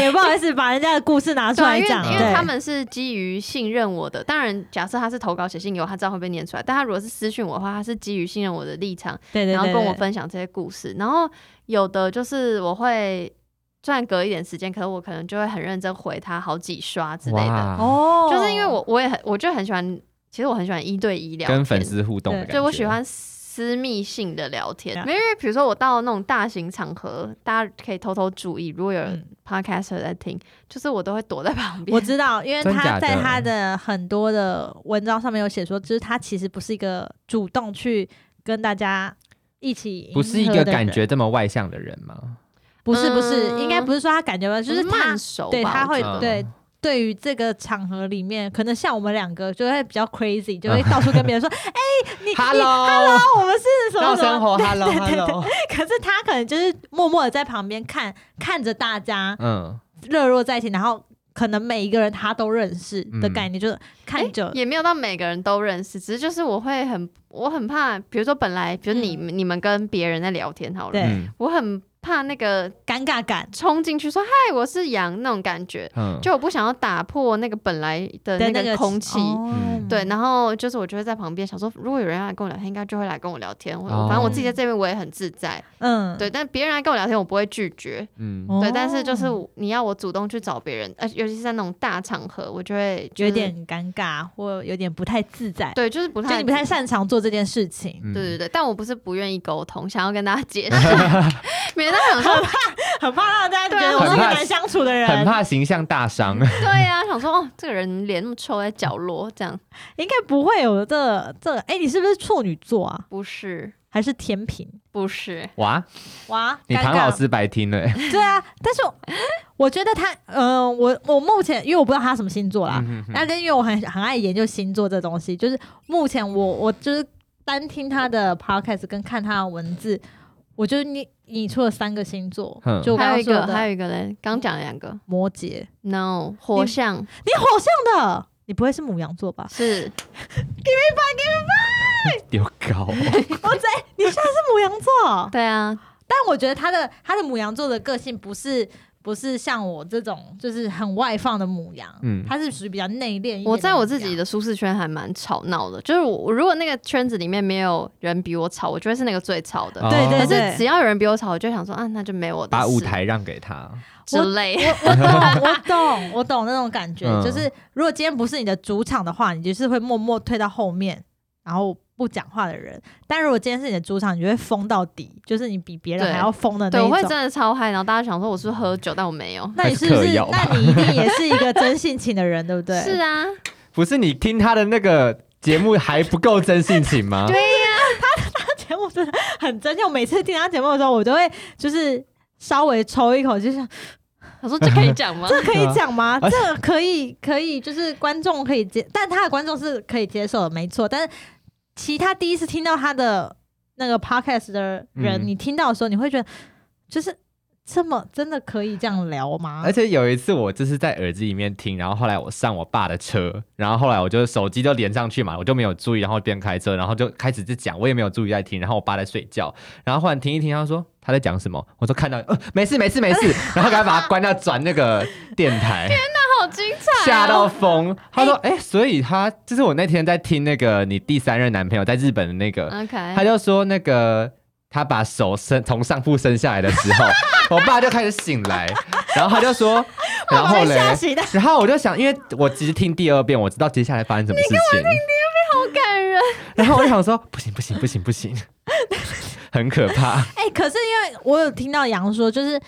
[SPEAKER 1] 也不好意思把人家的故事拿出
[SPEAKER 2] 对啊，
[SPEAKER 1] 来
[SPEAKER 2] 因为
[SPEAKER 1] 讲，
[SPEAKER 2] 因为
[SPEAKER 1] 对
[SPEAKER 2] 他们是基于信任我的，当然假设他是投稿写信给我，他知道会被念出来。但他如果是私讯我的话，他是基于信任我的立场，
[SPEAKER 1] 对对，
[SPEAKER 2] 然后
[SPEAKER 1] 对
[SPEAKER 2] 跟我。
[SPEAKER 1] 对
[SPEAKER 2] 分享这些故事。然后有的就是我会，虽然隔一点时间，可是我可能就会很认真回他好几刷之类的。
[SPEAKER 3] 哇，
[SPEAKER 1] 哦，
[SPEAKER 2] 就是因为我我也很，我就很喜欢，其实我很喜欢一对一聊天
[SPEAKER 3] 跟粉丝互动的感
[SPEAKER 1] 对
[SPEAKER 3] 觉，
[SPEAKER 2] 对我喜欢私密性的聊天
[SPEAKER 1] 对啊，
[SPEAKER 2] 没有因为比如说我到那种大型场合，大家可以偷偷注意，如果有
[SPEAKER 1] 嗯
[SPEAKER 2] podcaster 在听，就是我都会躲在旁边。
[SPEAKER 1] 我知道，因为
[SPEAKER 3] 真
[SPEAKER 1] 他
[SPEAKER 3] 假
[SPEAKER 1] 在
[SPEAKER 3] 的
[SPEAKER 1] 他的很多的文章上面有写说，就是他其实不是一个主动去跟大家一起迎合
[SPEAKER 3] 不是一个
[SPEAKER 1] 的人
[SPEAKER 3] 感觉这么外向的人吗？
[SPEAKER 1] 不是不是，
[SPEAKER 2] 嗯
[SPEAKER 1] 应该不是说他感觉吧，就是他
[SPEAKER 2] 慢熟吧，
[SPEAKER 1] 对他
[SPEAKER 2] 我
[SPEAKER 1] 会
[SPEAKER 2] 觉得
[SPEAKER 1] 对。对于这个场合里面，可能像我们两个就会比较 crazy，就会到处跟别人说：“哎、你
[SPEAKER 3] 嗯
[SPEAKER 1] 哦
[SPEAKER 3] Hello，
[SPEAKER 1] 你我们是什么
[SPEAKER 3] 闹
[SPEAKER 1] 什么
[SPEAKER 3] 生活，Hello Hello，
[SPEAKER 1] 可是他可能就是默默的在旁边看，看着大家
[SPEAKER 3] 嗯，
[SPEAKER 1] 热络在一起，然后可能每一个人他都认识
[SPEAKER 3] 嗯
[SPEAKER 1] 的概念，就是看着、
[SPEAKER 2] 也没有到每个人都认识，只是就是我会很我很怕，比如说本来比如你、你们跟别人在聊天好
[SPEAKER 1] 嗯
[SPEAKER 2] 了，
[SPEAKER 1] 对
[SPEAKER 3] 嗯
[SPEAKER 2] 我很怕那个
[SPEAKER 1] 尴尬感
[SPEAKER 2] 冲进去说嗨我是羊那种感觉，
[SPEAKER 3] 嗯，
[SPEAKER 2] 就我不想要打破那个本来的
[SPEAKER 1] 的那
[SPEAKER 2] 那个空气。
[SPEAKER 1] 哦
[SPEAKER 2] 对，然后就是我就会在旁边想说，如果有人要来跟我聊天，应该就会来跟我聊天。我
[SPEAKER 3] 哦
[SPEAKER 2] 反正我自己在这边我也很自在，
[SPEAKER 1] 嗯，
[SPEAKER 2] 对。但别人来跟我聊天，我不会拒绝。
[SPEAKER 3] 嗯
[SPEAKER 1] 哦
[SPEAKER 2] 对，但是就是我你要我主动去找别人，呃，尤其是在那种大场合，我就会、就是、
[SPEAKER 1] 有点尴尬或有点不太自在，
[SPEAKER 2] 嗯对，就是不
[SPEAKER 1] 就
[SPEAKER 2] 太
[SPEAKER 1] 你不太擅长做这件事情，
[SPEAKER 3] 嗯
[SPEAKER 2] 对对对，但我不是不愿意沟通，想要跟大家
[SPEAKER 1] [LAUGHS]
[SPEAKER 2] 解释，免得想说
[SPEAKER 1] 很怕让大家
[SPEAKER 2] [LAUGHS] 对
[SPEAKER 1] 觉
[SPEAKER 2] 啊
[SPEAKER 1] 得我是一
[SPEAKER 3] 很
[SPEAKER 1] 个
[SPEAKER 3] 怕
[SPEAKER 1] 难相处的人，
[SPEAKER 3] 很怕形象大伤，
[SPEAKER 2] 对呀、想说哦，这个人脸那么臭，在角落这样，
[SPEAKER 1] 应该不会有这个这个。哎、你是不是处女座啊？
[SPEAKER 2] 不是
[SPEAKER 1] 还是天平？
[SPEAKER 2] 不是，
[SPEAKER 3] 哇，
[SPEAKER 1] 哇，
[SPEAKER 3] 你
[SPEAKER 1] 尴
[SPEAKER 3] 唐
[SPEAKER 1] 尬
[SPEAKER 3] 老师白听了，
[SPEAKER 1] 对啊，但是我我觉得他，呃，我我目前因为我不知道他什么星座啦，
[SPEAKER 3] 嗯哼
[SPEAKER 1] 那、跟因为我很很爱研究星座这东西，就是目前我我就是单听他的 podcast 跟看他的文字，我就你你出了三个星座
[SPEAKER 3] 嗯，
[SPEAKER 1] 就我刚
[SPEAKER 2] 还有
[SPEAKER 1] 刚
[SPEAKER 2] 一
[SPEAKER 1] 说
[SPEAKER 2] 个还
[SPEAKER 1] 的
[SPEAKER 2] 有一个嘞，刚讲了两个
[SPEAKER 1] 摩羯，
[SPEAKER 2] ，no 火象？
[SPEAKER 1] 你好像的，你不会是母羊座吧 [LAUGHS]
[SPEAKER 2] 是
[SPEAKER 3] 丢高，哦
[SPEAKER 1] 我在你现在是母羊座，
[SPEAKER 2] 对啊，
[SPEAKER 1] 但我觉得他的他的母羊座的个性不是。不是像我这种就是很外放的母羊，
[SPEAKER 3] 嗯
[SPEAKER 1] 他是属于比较内敛一点的
[SPEAKER 2] 我在我自
[SPEAKER 1] 母羊
[SPEAKER 2] 己的舒适圈还蛮吵闹的，就是我我如果那个圈子里面没有人比我吵，我就会是那个最吵的。
[SPEAKER 3] 哦
[SPEAKER 1] 对对
[SPEAKER 2] 但
[SPEAKER 1] 对，
[SPEAKER 2] 是只要有人比我吵，我就想说啊，那就没我的
[SPEAKER 3] 把舞
[SPEAKER 2] 事
[SPEAKER 3] 台让给他，
[SPEAKER 2] 之类。
[SPEAKER 1] 我懂， [LAUGHS] 我懂，我懂那种感觉，
[SPEAKER 3] 嗯
[SPEAKER 1] 就是如果今天不是你的主场的话，你就是会默默退到后面，然后不讲话的人；但如果今天是你的主场，你就会疯到底，就是你比别人
[SPEAKER 2] 对
[SPEAKER 1] 还要疯的那
[SPEAKER 2] [LAUGHS] 对，我会
[SPEAKER 1] 一
[SPEAKER 2] 真
[SPEAKER 1] 种。
[SPEAKER 2] 的超嗨，然后大家想说我是不是喝酒，但我没有。
[SPEAKER 1] 那你是不
[SPEAKER 3] 还是
[SPEAKER 1] 是
[SPEAKER 3] 嗑药？吧
[SPEAKER 1] 那你一定也是一个真性情的人，对不 [LAUGHS] 对？
[SPEAKER 2] [LAUGHS] 是啊，
[SPEAKER 3] 不是你听他的那个节目还不够真性情吗？
[SPEAKER 1] 他节目真的很真，我每次听他节目的时候，我都会就是稍微抽一口气，就想
[SPEAKER 2] 我说这可以讲
[SPEAKER 1] [LAUGHS]
[SPEAKER 2] 吗？
[SPEAKER 1] 这可
[SPEAKER 3] [LAUGHS] 对
[SPEAKER 1] 以
[SPEAKER 3] 啊
[SPEAKER 1] 讲吗？
[SPEAKER 3] 而
[SPEAKER 1] 这个可以，可以，就是观众可以接，但他的观众是可以接受的，没错。但是其他第一次听到他的那个 podcast 的人，
[SPEAKER 3] 嗯
[SPEAKER 1] 你听到的时候，你会觉得就是这么真的可以这样聊吗
[SPEAKER 3] 而？且有一次我就是在耳机里面听，然后后来我上我爸的车，然后后来我就手机就连上去嘛，我就没有注意，然后边开车，然后就开始在讲，我也没有注意在听，然后我爸在睡觉，然后忽然听一听，他说他在讲什么，我说看到，呃，没事没事没事，然后赶快把它关掉，转那个电台，
[SPEAKER 2] 好精彩、哦！
[SPEAKER 3] 吓到疯。他说，哎、所以他就是我那天在听那个你第三任男朋友在日本的那个，他
[SPEAKER 2] [LAUGHS] OK，
[SPEAKER 3] 就说那个他把手伸从上铺伸下来的时候， [LAUGHS] 我爸就开始醒来，然后他就说，然后
[SPEAKER 1] 我被，
[SPEAKER 3] 嘞
[SPEAKER 1] 吓醒的，
[SPEAKER 3] 然后我就想，因为我其实听第二遍，我知道接下来发生什么事情，
[SPEAKER 2] 好感人。
[SPEAKER 3] 然后我就想说，不行不行不行不行， [LAUGHS] 很可怕，
[SPEAKER 1] 哎、可是因为我有听到杨说，就是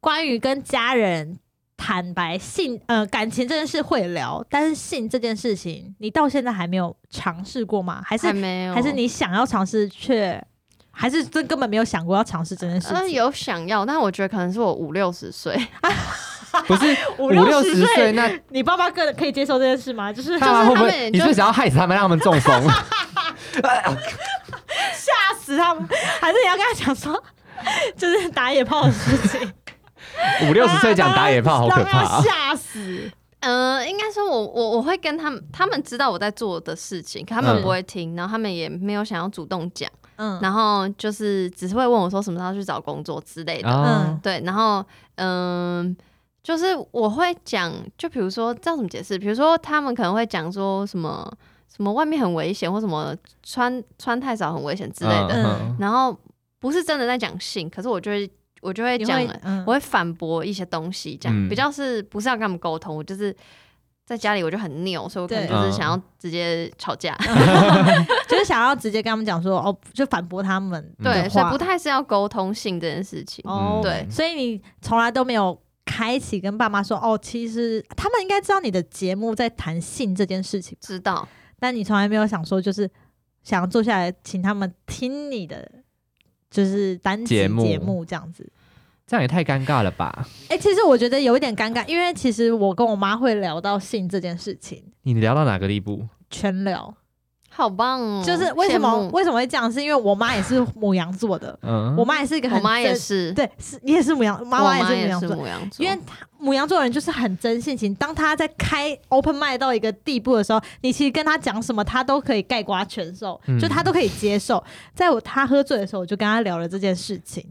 [SPEAKER 1] 关于跟家人。坦白性，呃，感情这件事会聊，但是性这件事情，你到现在还没有尝试过吗？还是
[SPEAKER 2] 还没有，
[SPEAKER 1] 还是你想要尝试却还是真根本没有想过要尝试这件事
[SPEAKER 3] 呃
[SPEAKER 2] 嗯
[SPEAKER 1] 情？
[SPEAKER 2] 有想要，但我觉得可能是我五六十岁，
[SPEAKER 3] 不是五
[SPEAKER 1] 六
[SPEAKER 3] 六
[SPEAKER 1] 十
[SPEAKER 3] 十
[SPEAKER 1] 岁
[SPEAKER 3] 岁那。
[SPEAKER 1] 你爸妈个人可以接受这件事吗？就是
[SPEAKER 3] 爸妈会不
[SPEAKER 2] 他
[SPEAKER 3] 会？
[SPEAKER 2] 们
[SPEAKER 3] 你是不是想要害死他们，让他们中风？ [LAUGHS]
[SPEAKER 1] 吓死他们， [LAUGHS] 还是你要跟他讲说， [LAUGHS] 就是打野炮的事
[SPEAKER 3] [LAUGHS]
[SPEAKER 1] 情？
[SPEAKER 3] 五六
[SPEAKER 1] 啊
[SPEAKER 3] 十岁讲打野炮，好可
[SPEAKER 1] 让他
[SPEAKER 3] 怕
[SPEAKER 1] 们
[SPEAKER 3] 啊！
[SPEAKER 1] 吓死！
[SPEAKER 2] 嗯、应该说我我我会跟他们，他们知道我在做的事情，可他们
[SPEAKER 3] 嗯
[SPEAKER 2] 不会听，然后他们也没有想要主动讲，
[SPEAKER 1] 嗯，
[SPEAKER 2] 然后就是只是会问我说什么时候去找工作之类的，
[SPEAKER 3] 啊
[SPEAKER 1] 嗯，
[SPEAKER 2] 对，然后嗯。就是我会讲，就比如说这样怎么解释？比如说他们可能会讲说什么什么外面很危险，或什么穿穿太少很危险之类的。
[SPEAKER 1] 嗯
[SPEAKER 2] 然后不是真的在讲性，可是我就会我就会
[SPEAKER 1] 你
[SPEAKER 2] 讲
[SPEAKER 1] 会
[SPEAKER 2] 了，
[SPEAKER 1] 嗯
[SPEAKER 2] 我会反驳一些东西，这样、
[SPEAKER 3] 嗯
[SPEAKER 2] 比较是不是要跟他们沟通，我就是。在家里我就很拗，所以我可能
[SPEAKER 1] 对嗯
[SPEAKER 2] 就是
[SPEAKER 3] 嗯
[SPEAKER 2] 想要直接吵架，
[SPEAKER 1] [LAUGHS] 就是想要直接跟他们讲说，哦，就反驳他们的
[SPEAKER 2] 对，所以
[SPEAKER 1] 话
[SPEAKER 2] 不太是要沟通性这件事情。
[SPEAKER 1] 哦
[SPEAKER 3] 嗯，
[SPEAKER 2] 对
[SPEAKER 1] 所以你从来都没有开启跟爸妈说，哦，其实他们应该知道你的节目在谈性这件事情，
[SPEAKER 2] 知道，
[SPEAKER 1] 但你从来没有想说，就是想要坐下来请他们听你的，就是单集
[SPEAKER 3] 节目
[SPEAKER 1] 节目这样子。
[SPEAKER 3] 这样也太尴尬了吧？
[SPEAKER 1] 哎、其实我觉得有一点尴尬，因为其实我跟我妈会聊到性这件事情，
[SPEAKER 3] 你聊到哪个地步？
[SPEAKER 1] 全聊。
[SPEAKER 2] 好棒哦！
[SPEAKER 1] 就是为什么
[SPEAKER 2] 羡慕
[SPEAKER 1] 为什么会这样，是因为我妈也是母羊座的，
[SPEAKER 3] 嗯，
[SPEAKER 1] 我妈也是一个很
[SPEAKER 2] 我妈也
[SPEAKER 1] 真
[SPEAKER 2] 是，
[SPEAKER 1] 对，是你也是母羊，妈
[SPEAKER 2] 我
[SPEAKER 1] 妈也
[SPEAKER 2] 妈
[SPEAKER 1] 是母
[SPEAKER 2] 也
[SPEAKER 1] 羊
[SPEAKER 2] 是
[SPEAKER 1] 座。
[SPEAKER 2] 母羊座，
[SPEAKER 1] 因为她母羊座的人就是很真性情，当他在开 open mind 到一个地步的时候，你其实跟他讲什么，他都可以盖瓜全受，
[SPEAKER 3] 嗯
[SPEAKER 1] 就他都可以接受。在我他喝醉的时候，我就跟他聊了这件事情。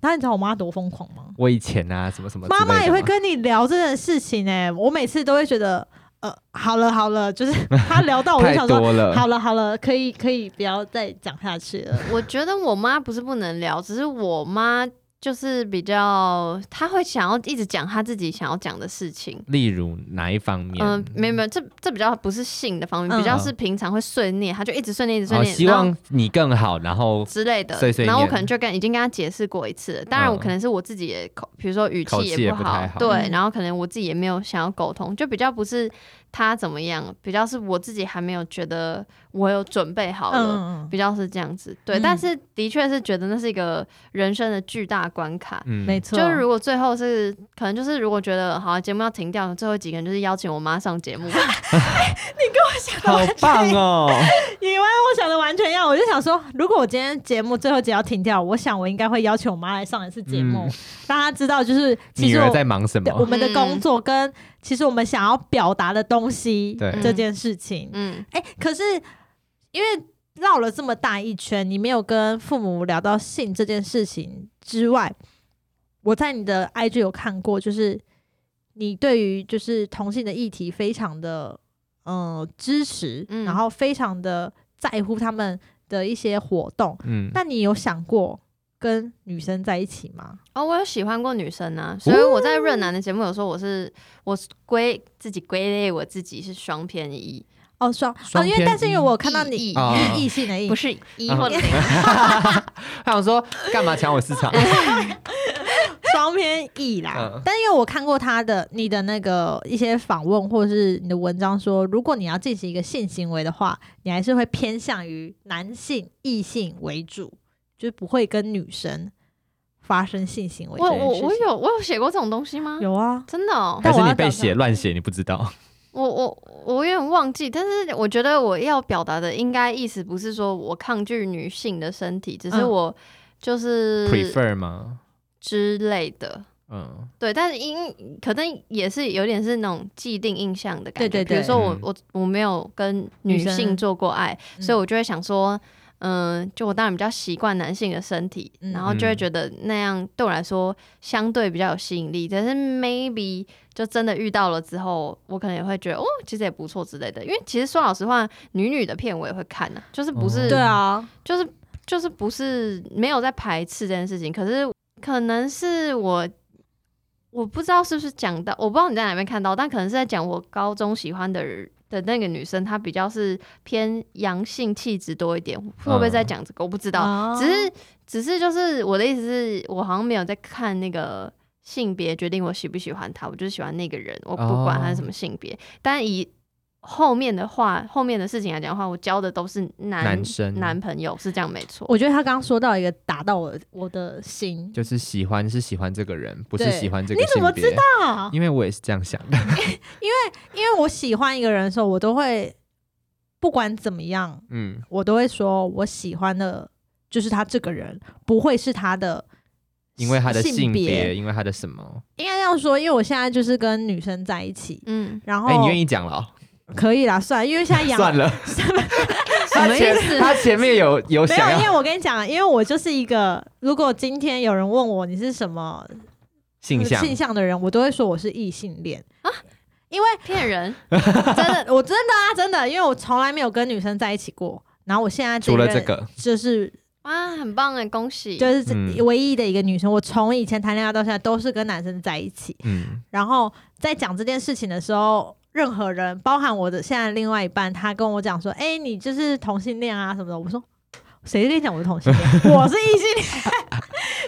[SPEAKER 1] 然后你知道我妈多疯狂吗？
[SPEAKER 3] 我以前啊，什么什么之类
[SPEAKER 1] 妈
[SPEAKER 3] 的吗，
[SPEAKER 1] 妈也会跟你聊这件事情哎、我每次都会觉得，呃，好了好了，
[SPEAKER 3] [LAUGHS]
[SPEAKER 1] 就是他聊到我就
[SPEAKER 3] 太
[SPEAKER 1] 想说，
[SPEAKER 3] 多了，
[SPEAKER 1] 好了好了，可以可以不要再讲下去了。
[SPEAKER 2] 我觉得我妈不是不能聊，只是我妈就是比较，她会想要一直讲她自己想要讲的事情。
[SPEAKER 3] 例如哪一方面？哦
[SPEAKER 2] 嗯，没有没有，这这比较不是性的方面，
[SPEAKER 1] 嗯
[SPEAKER 2] 比较是平常会碎念，她就一直碎念，一直碎
[SPEAKER 3] 哦，
[SPEAKER 2] 念，
[SPEAKER 3] 希
[SPEAKER 2] 然后
[SPEAKER 3] 望你更好，然后
[SPEAKER 2] 之类的。
[SPEAKER 3] 碎碎
[SPEAKER 2] 然后我
[SPEAKER 3] 念
[SPEAKER 2] 可能就跟已经跟她解释过一次了，当然我
[SPEAKER 3] 嗯
[SPEAKER 2] 可能是我自己也口，比如说语
[SPEAKER 3] 口气也
[SPEAKER 2] 也
[SPEAKER 3] 不
[SPEAKER 2] 好，
[SPEAKER 3] 太好
[SPEAKER 2] 对，
[SPEAKER 1] 嗯
[SPEAKER 2] 然后可能我自己也没有想要沟通，就比较不是她怎么样，比较是我自己还没有觉得我有准备好了。
[SPEAKER 1] 嗯，嗯
[SPEAKER 2] 比较是这样子，对，
[SPEAKER 1] 嗯
[SPEAKER 2] 但是的确是觉得那是一个人生的巨大关卡。
[SPEAKER 3] 嗯，
[SPEAKER 1] 没错，
[SPEAKER 2] 就是如果最后是可能就是如果觉得好节目要停掉，最后几个人就是邀请我妈上节目，
[SPEAKER 1] [LAUGHS]
[SPEAKER 3] 好棒哦，
[SPEAKER 1] 以为我想的完全一样，我就想说，如果我今天节目最后只要停掉，我想我应该会邀请我妈来上一次节目，
[SPEAKER 3] 嗯
[SPEAKER 1] 让她知道就是 [LAUGHS] 其
[SPEAKER 3] 女
[SPEAKER 1] 实
[SPEAKER 3] 儿
[SPEAKER 1] 我
[SPEAKER 3] 在忙什
[SPEAKER 1] 对我
[SPEAKER 3] 么？
[SPEAKER 1] 们的工作跟其实我们想要表达的东西
[SPEAKER 3] 对
[SPEAKER 1] 这件事情。
[SPEAKER 2] 嗯，
[SPEAKER 1] 哎、可是因为绕了这么大一圈，你没有跟父母聊到性这件事情之外，我在你的 IG 有看过，就是你对于就是同性的议题非常的嗯、呃支持，
[SPEAKER 2] 嗯
[SPEAKER 1] 然后非常的在乎他们的一些活动。
[SPEAKER 3] 嗯，
[SPEAKER 1] 那你有想过跟女生在一起吗？
[SPEAKER 2] 哦，我有喜欢过女生啊，所以我在润南的节目有说我是我归自己归类我自己是双偏一，
[SPEAKER 1] 哦，双
[SPEAKER 3] 双
[SPEAKER 1] 哦，因为
[SPEAKER 3] 偏
[SPEAKER 1] 但是因为我有看到
[SPEAKER 2] 异
[SPEAKER 1] 你
[SPEAKER 2] 异
[SPEAKER 3] 哦
[SPEAKER 1] 异性的异
[SPEAKER 2] 不，是一或零，
[SPEAKER 3] [LAUGHS] 他想说干嘛抢我市场？ [LAUGHS]
[SPEAKER 1] 双偏异啦。
[SPEAKER 3] 嗯
[SPEAKER 1] 但因为我看过他的你的那个一些访问或是你的文章说，如果你要进行一个性行为的话，你还是会偏向于男性异性为主，就是不会跟女生发生性行为这
[SPEAKER 2] 我
[SPEAKER 1] 件事情。
[SPEAKER 2] 我我有我有写过这种东西吗？
[SPEAKER 1] 有啊，
[SPEAKER 2] 真的哦，
[SPEAKER 3] 还
[SPEAKER 1] [LAUGHS] 但
[SPEAKER 3] 是
[SPEAKER 1] 我
[SPEAKER 3] 你
[SPEAKER 1] 要
[SPEAKER 3] 被
[SPEAKER 1] 找
[SPEAKER 3] 写乱写，你不知道？
[SPEAKER 2] 我我我有点忘记，但是我觉得我要表达的应该意思不是说我抗拒女性的身体，只是
[SPEAKER 1] 嗯
[SPEAKER 2] 我就是
[SPEAKER 3] prefer 吗？
[SPEAKER 2] 之类的。
[SPEAKER 3] 嗯，
[SPEAKER 2] 对，但是因可能也是有点是那种既定印象的感觉。
[SPEAKER 1] 对对对
[SPEAKER 2] 比如说我
[SPEAKER 3] 嗯
[SPEAKER 2] 我我没有跟
[SPEAKER 1] 女
[SPEAKER 2] 女
[SPEAKER 1] 生
[SPEAKER 2] 性做过爱，
[SPEAKER 1] 嗯
[SPEAKER 2] 所以我就会想说，嗯、就我当然比较习惯男性的身体，
[SPEAKER 1] 嗯
[SPEAKER 2] 然后就会
[SPEAKER 3] 嗯
[SPEAKER 2] 觉得那样对我来说相对比较有吸引力。但是 maybe 就真的遇到了之后，我可能也会觉得哦，其实也不错之类的。因为其实说老实话，女女的片我也会看呢、就是不是、
[SPEAKER 3] 哦
[SPEAKER 1] 对啊，
[SPEAKER 2] 就是就是不是没有在排斥这件事情，可是可能是我我不知道是不是讲到，我不知道你在哪边看到，但可能是在讲我高中喜欢的人的那个女生，她比较是偏阳性气质多一点，会不会在讲这个？我不知道，
[SPEAKER 1] 哦
[SPEAKER 2] 只是只是就是我的意思是我好像没有在看那个。性别决定我喜不喜欢他，我就是喜欢那个人，我不管他是什
[SPEAKER 1] 哦
[SPEAKER 2] 么性别。但以后面的话，后面的事情来讲的话，我交的都是男
[SPEAKER 3] 男生
[SPEAKER 2] 男朋友，是这样没错。
[SPEAKER 1] 我觉得他刚刚说到一个打到我我的心。
[SPEAKER 3] 就是喜欢是喜欢这个人，不是
[SPEAKER 1] 对
[SPEAKER 3] 喜欢这个
[SPEAKER 1] 你怎么
[SPEAKER 3] 性别
[SPEAKER 1] 知。啊，
[SPEAKER 3] 因为我也是这
[SPEAKER 1] [LAUGHS]
[SPEAKER 3] 样想的，
[SPEAKER 1] 因为我喜欢一个人的时候，我都会不管怎么样，
[SPEAKER 3] 嗯，
[SPEAKER 1] 我都会说我喜欢的就是他这个人，不会是他的
[SPEAKER 3] 因为他的性别，
[SPEAKER 1] 别。
[SPEAKER 3] 因为他的什么，
[SPEAKER 1] 应该这样说，因为我现在就是跟女生在一起，
[SPEAKER 2] 嗯，
[SPEAKER 1] 然后、
[SPEAKER 3] 哎，你愿意讲了哦？
[SPEAKER 1] 可以啦，算了，因为现在养
[SPEAKER 3] 算了，
[SPEAKER 2] 什么意
[SPEAKER 3] 前
[SPEAKER 2] 思？
[SPEAKER 3] 他前面有有
[SPEAKER 1] 没
[SPEAKER 3] 想
[SPEAKER 1] 有，因为
[SPEAKER 3] 要
[SPEAKER 1] 我跟你讲，因为我就是一个，如果今天有人问我你是什么
[SPEAKER 3] 性向，
[SPEAKER 1] 性向的人，我都会说我是异性恋。
[SPEAKER 2] 骗人，
[SPEAKER 1] 真
[SPEAKER 3] [LAUGHS]
[SPEAKER 1] 的，我真的啊，真的，因为我从来没有跟女生在一起过。然后我现在
[SPEAKER 3] 除了
[SPEAKER 1] 个
[SPEAKER 3] 这个，
[SPEAKER 1] 就是
[SPEAKER 2] 哇，很棒哎，恭喜！
[SPEAKER 1] 就是这
[SPEAKER 3] 嗯
[SPEAKER 1] 唯一的一个女生，我从以前谈恋爱到现在都是跟男生在一起。
[SPEAKER 3] 嗯，
[SPEAKER 1] 然后在讲这件事情的时候，任何人，包含我的现在另外一半，他跟我讲说：“哎、你就是同性恋啊什么的。”我说：“谁跟你讲我是同性恋？啊
[SPEAKER 3] [LAUGHS]
[SPEAKER 1] 我是异性恋。”